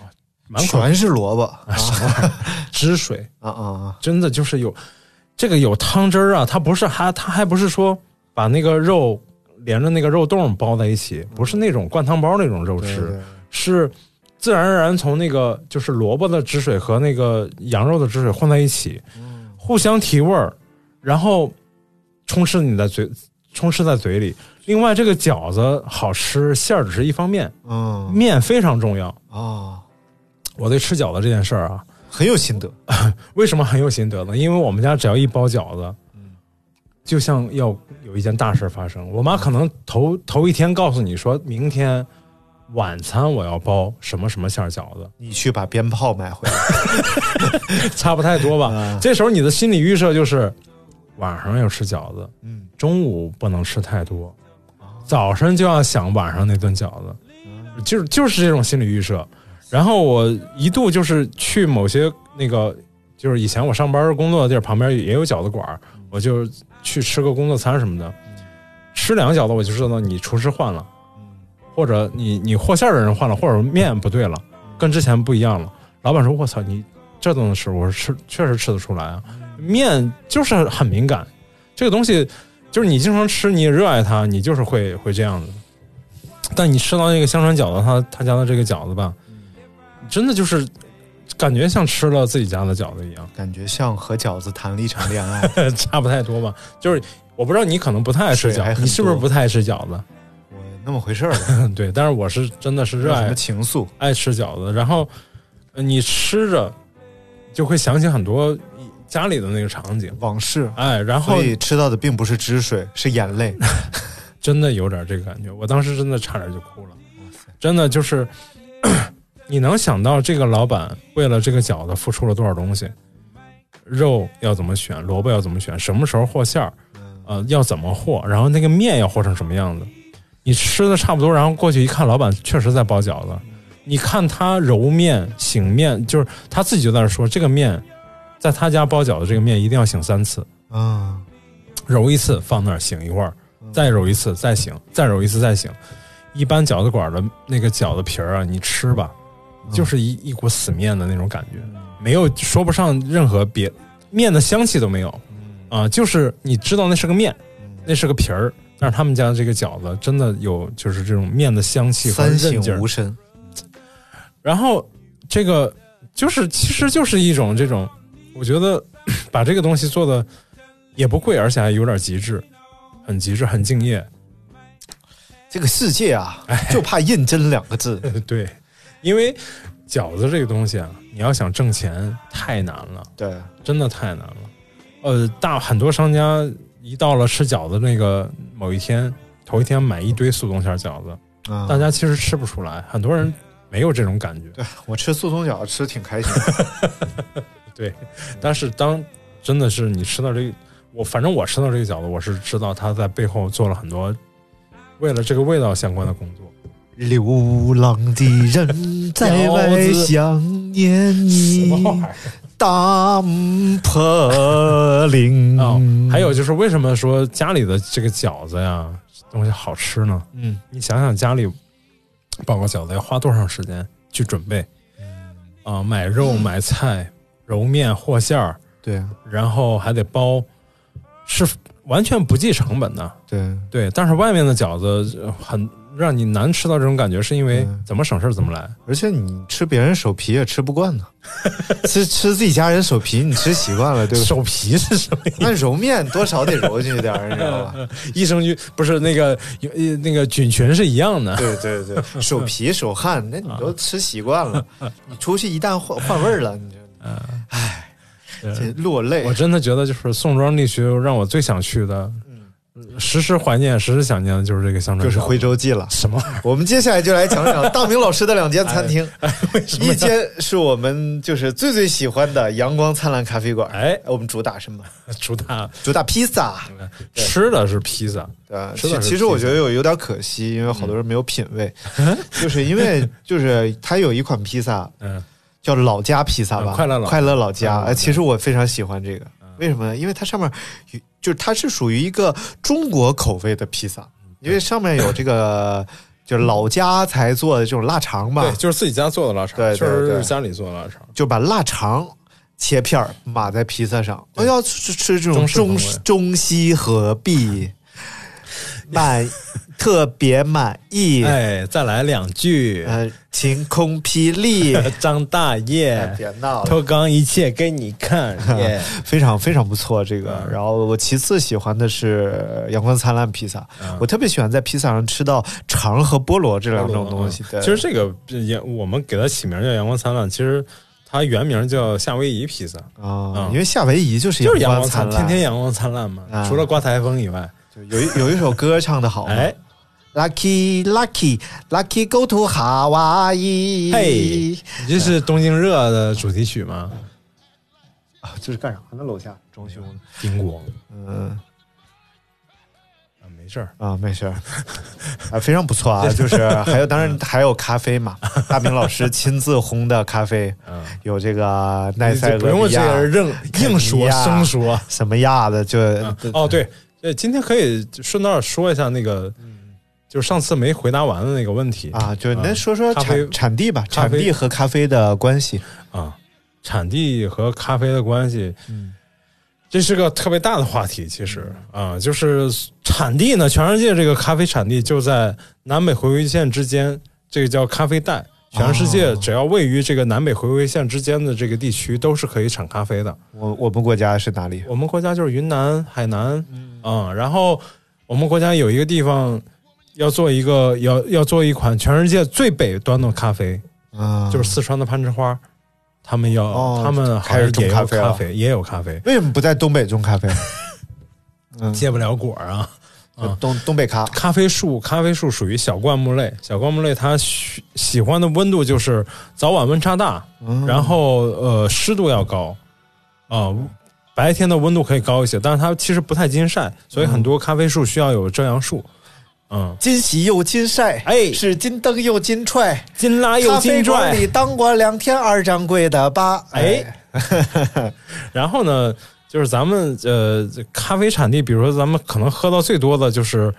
G: 哇满口
F: 全是萝 卜啊
G: 汁水，
F: 啊啊！
G: 真的就是有这个有汤汁儿啊，它不是还它还不是说把那个肉连着那个肉冻包在一起，不是那种灌汤包那种肉
F: 对
G: 吃。
F: 对
G: 是自然而然从那个就是萝卜的汁水和那个羊肉的汁水混在一起，互相提味儿，然后充斥你的嘴，充斥在嘴里。另外，这个饺子好吃，馅儿只是一方面，
F: 嗯
G: 面非常重要。
F: 啊，
G: 我对吃饺子这件事儿啊，
F: 很有心得。
G: 为什么很有心得呢？因为我们家只要一包饺子，就像要有一件大事发生。我妈可能头头一天告诉你说，明天晚餐我要包什么什么馅儿饺子，
F: 你去把鞭炮买回 来，
G: 差不太多吧
F: 嗯。
G: 这时候你的心理预设就是，晚上要吃饺子，
F: 嗯，
G: 中午不能吃太多，早上就要想晚上那顿饺子，
F: 嗯
G: 就是就是这种心理预设。然后我一度就是去某些那个，就是以前我上班工作的地儿旁边也有饺子馆儿，我就去吃个工作餐什么的，吃两个饺子我就知道你厨师换了，或者你你和馅儿的人换了，或者面不对了，跟之前不一样了。老板说：“我操，你这都能吃？”我说：“吃，确实吃得出来啊，面就是很敏感，这个东西就是你经常吃，你也热爱它，你就是会会这样子。但你吃到那个香川饺子，他他家的这个饺子吧，真的就是感觉像吃了自己家的饺子一样，
F: 感觉像和饺子谈了一场恋爱。
G: 差不太多吧。就是我不知道你可能不太爱吃
F: 水还很
G: 饺子，
F: 多
G: 你是不是不太爱吃饺子？
F: 我那么回事儿了，
G: 嗯，对。但是我是真的是
F: 没
G: 热
F: 有什
G: 爱
F: 么情愫？
G: 爱吃饺子，然后呃你吃着就会想起很多家里的那个场景，
F: 往事。
G: 哎，然后
F: 所以吃到的并不是汁水，是眼 泪。
G: 真的有点这个感觉，我当时真的差点就哭了，真的就是 咳你能想到这个老板为了这个饺子付出了多少东西，肉要怎么选，萝卜要怎么选，什么时候和馅儿，呃，要怎么和，然后那个面要和成什么样子，你吃的差不多，然后过去一看，老板确实在包饺子，你看他揉面、醒面，就是他自己就在那说，这个面在他家包饺子，这个面一定要醒三次。
F: 嗯，
G: 揉一次放那儿醒一会儿，再揉一次再醒，再揉一次再醒。一般饺子馆的那个饺子皮儿啊，你吃吧，
F: 嗯
G: 就是一一股死面的那种感觉，没有说不上任何别面的香气都没有
F: 嗯
G: 啊、就是你知道那是个面，那是个皮儿，但是他们家这个饺子真的有就是这种面的香气和
F: 三
G: 韧劲
F: 省
G: 儿
F: 吾，身。
G: 然后这个就是其实就是一种这种，我觉得 把这个东西做的也不贵，而且还有点极致，很极致，很敬业。
F: 这个世界啊，就怕“认真”两个字。
G: 对，因为饺子这个东西啊，你要想挣钱太难了，
F: 对，
G: 真的太难了。呃，大很多商家一到了吃饺子那个某一天，头一天买一堆速冻馅饺子，
F: 啊
G: 大家其实吃不出来，很多人没有这种感觉。
F: 对我吃速冻饺子吃得挺开心的。
G: 对，但是当真的是你吃到这个，我反正我吃到这个饺子，我是知道他在背后做了很多为了这个味道相关的工作。
F: 流浪的人在外想念
G: 什
F: 你
G: 么，玩意儿？
F: 打破 零
G: 啊、还有就是为什么说家里的这个饺子呀东西好吃呢？
F: 嗯，
G: 你想想家里包个饺子要花多长时间去准备啊、买肉、买菜、揉面、和馅儿，
F: 对啊，
G: 然后还得包，是完全不计成本的。
F: 对，
G: 对，但是外面的饺子呃很让你难吃到这种感觉，是因为
F: 嗯
G: 怎么省事儿怎么 来。
F: 而且你吃别人手皮也吃不 惯呢，吃吃自己家人手皮你吃习惯了，对吧？
G: 手皮是什 么意思？
F: 那揉面多少得揉进去点儿，你知道吧？
G: 益生菌不是那个呃那个菌群是一样的。
F: 对对对，手皮手汗，那你都吃习惯 了，你出去一旦换换味儿了，你就，唉，这落泪
G: 我。真的觉得就是宋庄地区让我最想去的，时时怀念、时时想念的就是这个香
F: 嗯就
G: 川饺子。
F: 是徽州记了，
G: 什么玩意儿？
F: 我们接下来就来讲讲大明老师的两间餐 厅，一间是我们就是最最喜欢的阳光灿烂咖啡馆，
G: 哎
F: 我们主打什么？
G: 主打
F: 主打披萨，
G: 吃的是披萨，
F: 啊，
G: 吃
F: 其
G: 的是
F: 其实我
G: 披萨
F: 觉得有有点可惜，因为好多人没有品味， 就是因为就是它有一款披萨
G: 嗯，
F: 叫老家披萨吧，
G: 嗯快乐老家
F: 快乐老家，
G: 嗯
F: 哎，其实我非常喜欢这个，为什么呢？因为它上面有就是它是属于一个中国口味的披萨，因为上面有这个就是老家才做的这种腊肠吧
G: 对，，就是自己家做的腊肠，
F: 对对
G: 确实
F: 对
G: 是家里做的腊肠。
F: 就把腊肠切片儿码在披萨上。我要吃吃这种
G: 中式风
F: 中
G: 味
F: 中西合 璧，满特别满意。
G: 哎，再来两句，
F: 呃，晴空霹 雳，
G: 张大
F: 哎
G: 爷，
F: 别闹了，
G: 脱肛一切给你 看。耶
F: 非常非常不错这个。
G: 嗯
F: 然后我其次喜欢的是阳光灿烂披萨，
G: 嗯
F: 我特别喜欢在披萨上吃到肠和菠萝这两种东西。对
G: 其实这个也，我们给它起名叫阳光灿烂，其实它原名叫夏威夷披萨，
F: 啊
G: 嗯，
F: 因为夏威夷就是
G: 就是阳
F: 光
G: 光灿，
F: 烂，
G: 天天阳光灿烂嘛
F: 啊。哦
G: 除了刮台风以外，
F: 有一有一首歌唱的好，
G: 哎。
F: Lucky, lucky, lucky, go to Hawaii。
G: 嘿，哎你这是东京热的主题曲吗？
F: 啊这是干啥呢？楼下装修呢？
G: 叮咣
F: 嗯
G: 啊，没事儿，
F: 啊，没事儿 啊，非常不错啊。就是还有，当然还有咖啡嘛，大明老师亲自烘的咖啡，有这个奈塞
G: 不用
F: 俄比
G: 这
F: 亚
G: 个 硬硬说生说。
F: 什么亚的，就
G: 哦，对，呃，今天可以顺道说一下那个，就是上次没回答完的那个问题
F: 嗯啊，就您说说
G: 嗯咖啡
F: 产产地吧，
G: 咖
F: 产
G: 啡
F: 地和咖啡的关系。
G: 啊，产地和咖啡的关系，
F: 嗯
G: 这是个特别大的话题。其实啊，就是产地呢，全世界这个咖啡产地就在南北回归线之间，这个叫咖啡带。全世界只要位于这个南北回归线之间的这个地区，都是可以产咖啡的。
F: 我我们国家是哪里？
G: 我们国家就是云南、海南，嗯，然后我们国家有一个地方要做一个要要做一款全世界最北端的咖啡，
F: 啊，
G: 就是四川的攀枝花，他们要、
F: 哦
G: 他们好
F: 开始
G: 像
F: 种
G: 也有
F: 咖
G: 咖
F: 啡啊了
G: 也有咖啡，
F: 为什么不在东北种咖啡？嗯，
G: 结不了果儿啊。嗯
F: 东东北咖
G: 咖啡树，咖啡树属于小灌木类，小灌木类它喜喜欢的温度就是早晚温差大，
F: 嗯
G: 然后呃湿度要高，啊、白天的温度可以高一些，但是它其实不太经晒，所以
F: 嗯
G: 很多咖啡树需要有遮阳树。嗯，
F: 金喜又金晒，
G: 哎
F: 是金灯又金踹，
G: 金
F: 哎
G: 拉又金
F: 咖啡
G: 拽
F: 馆，里当过两天二掌柜的吧？
G: 哎，然后呢，就是咱们呃咖啡产地，比如说咱们可能喝到最多的就是。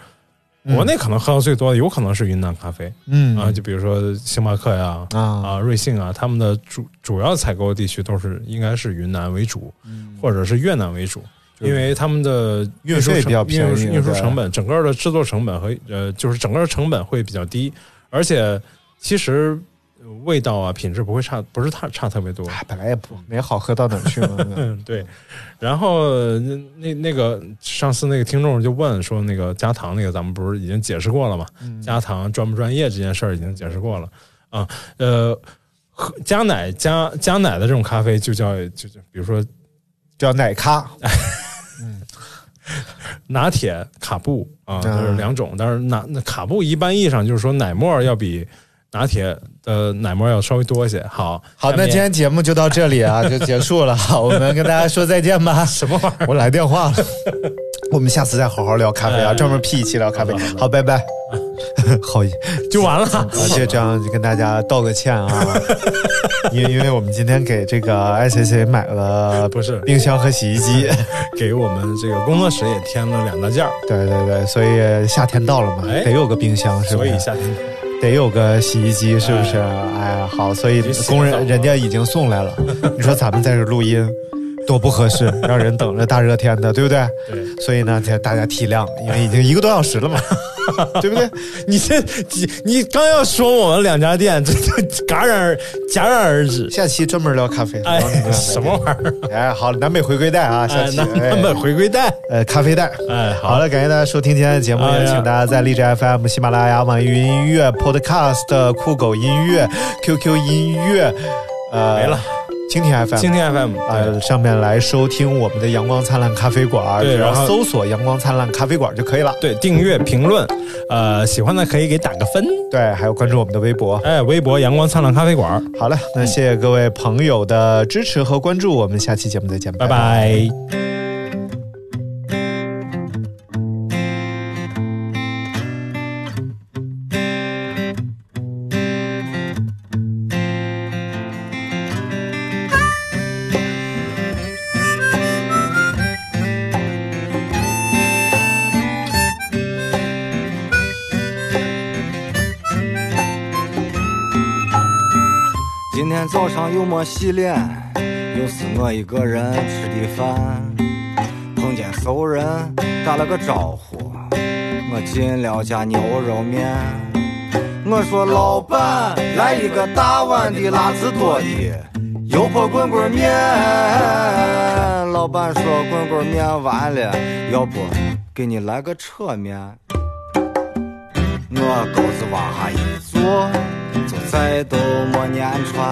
G: 国内可能喝到最多的，有可能是云南咖啡，
F: 嗯
G: 啊，就比如说星巴克呀、
F: 啊
G: 啊瑞幸啊，他们的主主要采购地区都是应该是云南为主，
F: 嗯
G: 或者是越南为主，因为他们的运输
F: 运费
G: 成
F: 比较便宜
G: 运输运输
F: 对
G: 成本、整个的制作成本和呃，就是整个的成本会比较低，而且其实味道啊品质不会差，不是差差特别多。
F: 哎本来也不没好喝到哪儿去嘛。
G: 嗯， 对。然后那那那个上次那个听众就问说，那个加糖那个咱们不是已经解释过了吗？
F: 嗯
G: 加糖专不专业这件事儿已经解释过了啊。呃，喝加奶加加奶的这种咖啡就叫就就比如说
F: 叫奶咖，
G: 拿铁、卡布啊，
F: 嗯
G: 就是两种。但是拿那卡布一般意义上就是说奶沫儿要比拿铁的奶沫儿要稍微多一些。好，
F: 好，
G: 下
F: 那
G: 面
F: 今天节目就到这里 啊，就结束了。好，我们跟大家说再见吧。什么玩意儿？我来电话了。 我们下次再好好聊咖啡啊，专门辟一期聊咖啡。好，拜 拜。好，
G: 就完了。
F: 啊，就这样就跟大家道个歉 啊，因为因为我们今天给这个爱谁谁买了
G: 不是
F: 冰箱和洗衣 机，
G: 给我们这个工作室也添了两大件儿，
F: 对对对，所以夏天到了嘛，
G: 哎
F: 得有个冰箱是不
G: 所
F: 是
G: 以？夏天
F: 得有个洗衣机是不是？哎呀，好，所以工人人家已经送来 了，你说咱们在这录音。多不合适，让人等着大热天的，对不对？
G: 对
F: 所以呢，大家体谅，因为已经一个多小时了 嘛，对不对？
G: 你这你你刚要说我们两家店，这就戛然而戛然而止。
F: 下期专门聊咖啡，
G: 哎
F: 聊你们，俩
G: 什么玩意儿？
F: 哎，好，南北回归带啊，嗯 下
G: 哎，
F: 期
G: 那
F: 哎
G: 那么回归带，
F: 呃咖啡带。
G: 哎，
F: 好
G: 了，
F: 了，感谢大家收听今天的节目，
G: 哎
F: 也
G: 呀
F: 请大家在荔枝 FM、喜马拉雅、网易云音乐、Podcast、酷狗音乐、QQ 音乐，呃，
G: 没了，
F: 蜻蜓 FM。
G: 蜻蜓 FM 对
F: 呃，上面来收听我们的《阳光灿烂咖啡馆》，
G: 对
F: 只要
G: 然后
F: 搜索“阳光灿烂咖啡馆”就可以了。
G: 对，订阅评论，呃，喜欢的可以给打个分。
F: 对，还有关注我们的微博。
G: 哎，微博阳光灿烂咖啡馆，
F: 好了，那谢谢各位朋友的支持和关注，我们下期节目再见，
G: 拜拜。
H: 今天早上又没洗脸，又是我一个人吃的饭。碰见熟人，打了个招呼，我进了家牛肉面。我说老板，来一个大碗的辣子多的油泼棍棍面。老板说棍棍面完了，要不给你来个扯面。我钩子往下一坐，就再都没粘穿。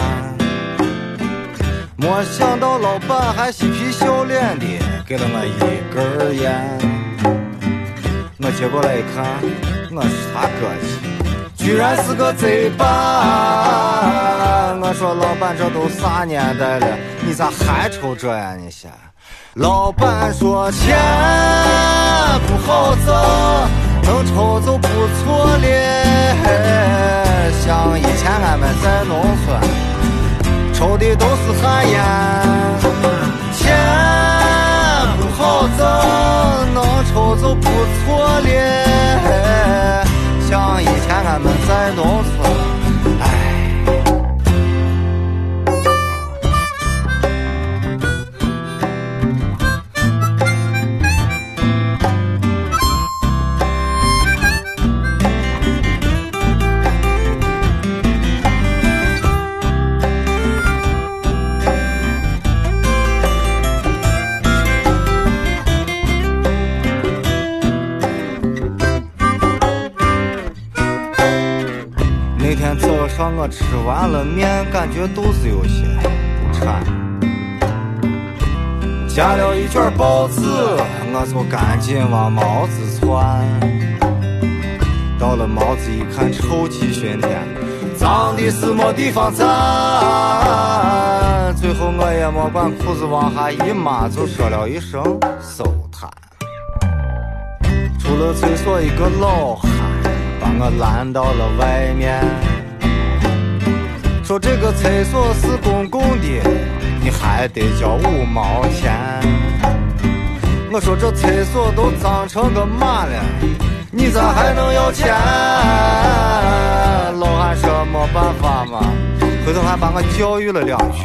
H: 没想到老板还嬉皮笑脸的给了我一根烟，我接过来一看，我是他哥去，居然是个贼吧！我说老板这都啥年代了，你咋还抽这呀？你先。老板说钱不好挣，能抽就不错了。像以前俺们在农村，抽的都是旱烟。钱不好挣，能抽就不错了。像以前俺们在农村，哎。那天早上我吃完了面，感觉肚子有些不馋，夹了一卷包子，我就赶紧往茅子窜。到了茅子一看，臭气熏天，脏的是没地方站。最后我也没管裤子往下一抹，就说了一声收摊。出了厕所，一个老汉把我拦到了外面，说这个厕所是公共的，你还得交五毛钱。我说这厕所都脏成个马了，你咋还能要钱？老汉说没办法嘛，回头还把我教育了两句。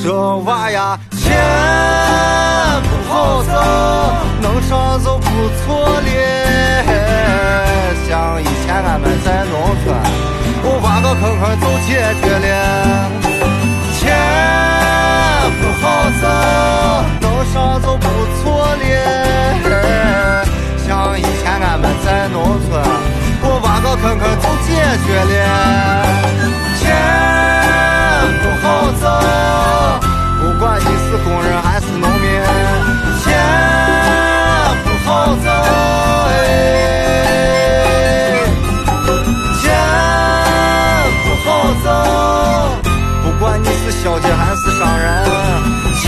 H: 这娃呀，钱不好挣，能上就不错了。像以前俺们在农村，我挖个个坑坑走起去了，钱不好挣，能上就不错了。像以前俺们在农村，我挖个坑坑就解决了，钱不好挣。不管你是工人还是农民，钱不好挣，哎，钱不好挣。不管你是小姐还是商人，钱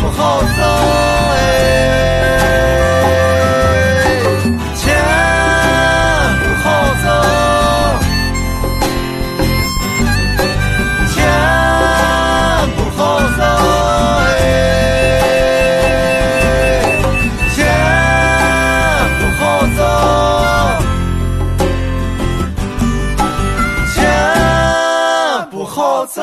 H: 不好挣，哎，钱不好挣。钱不好挣，哎，钱不好挣，钱不好挣。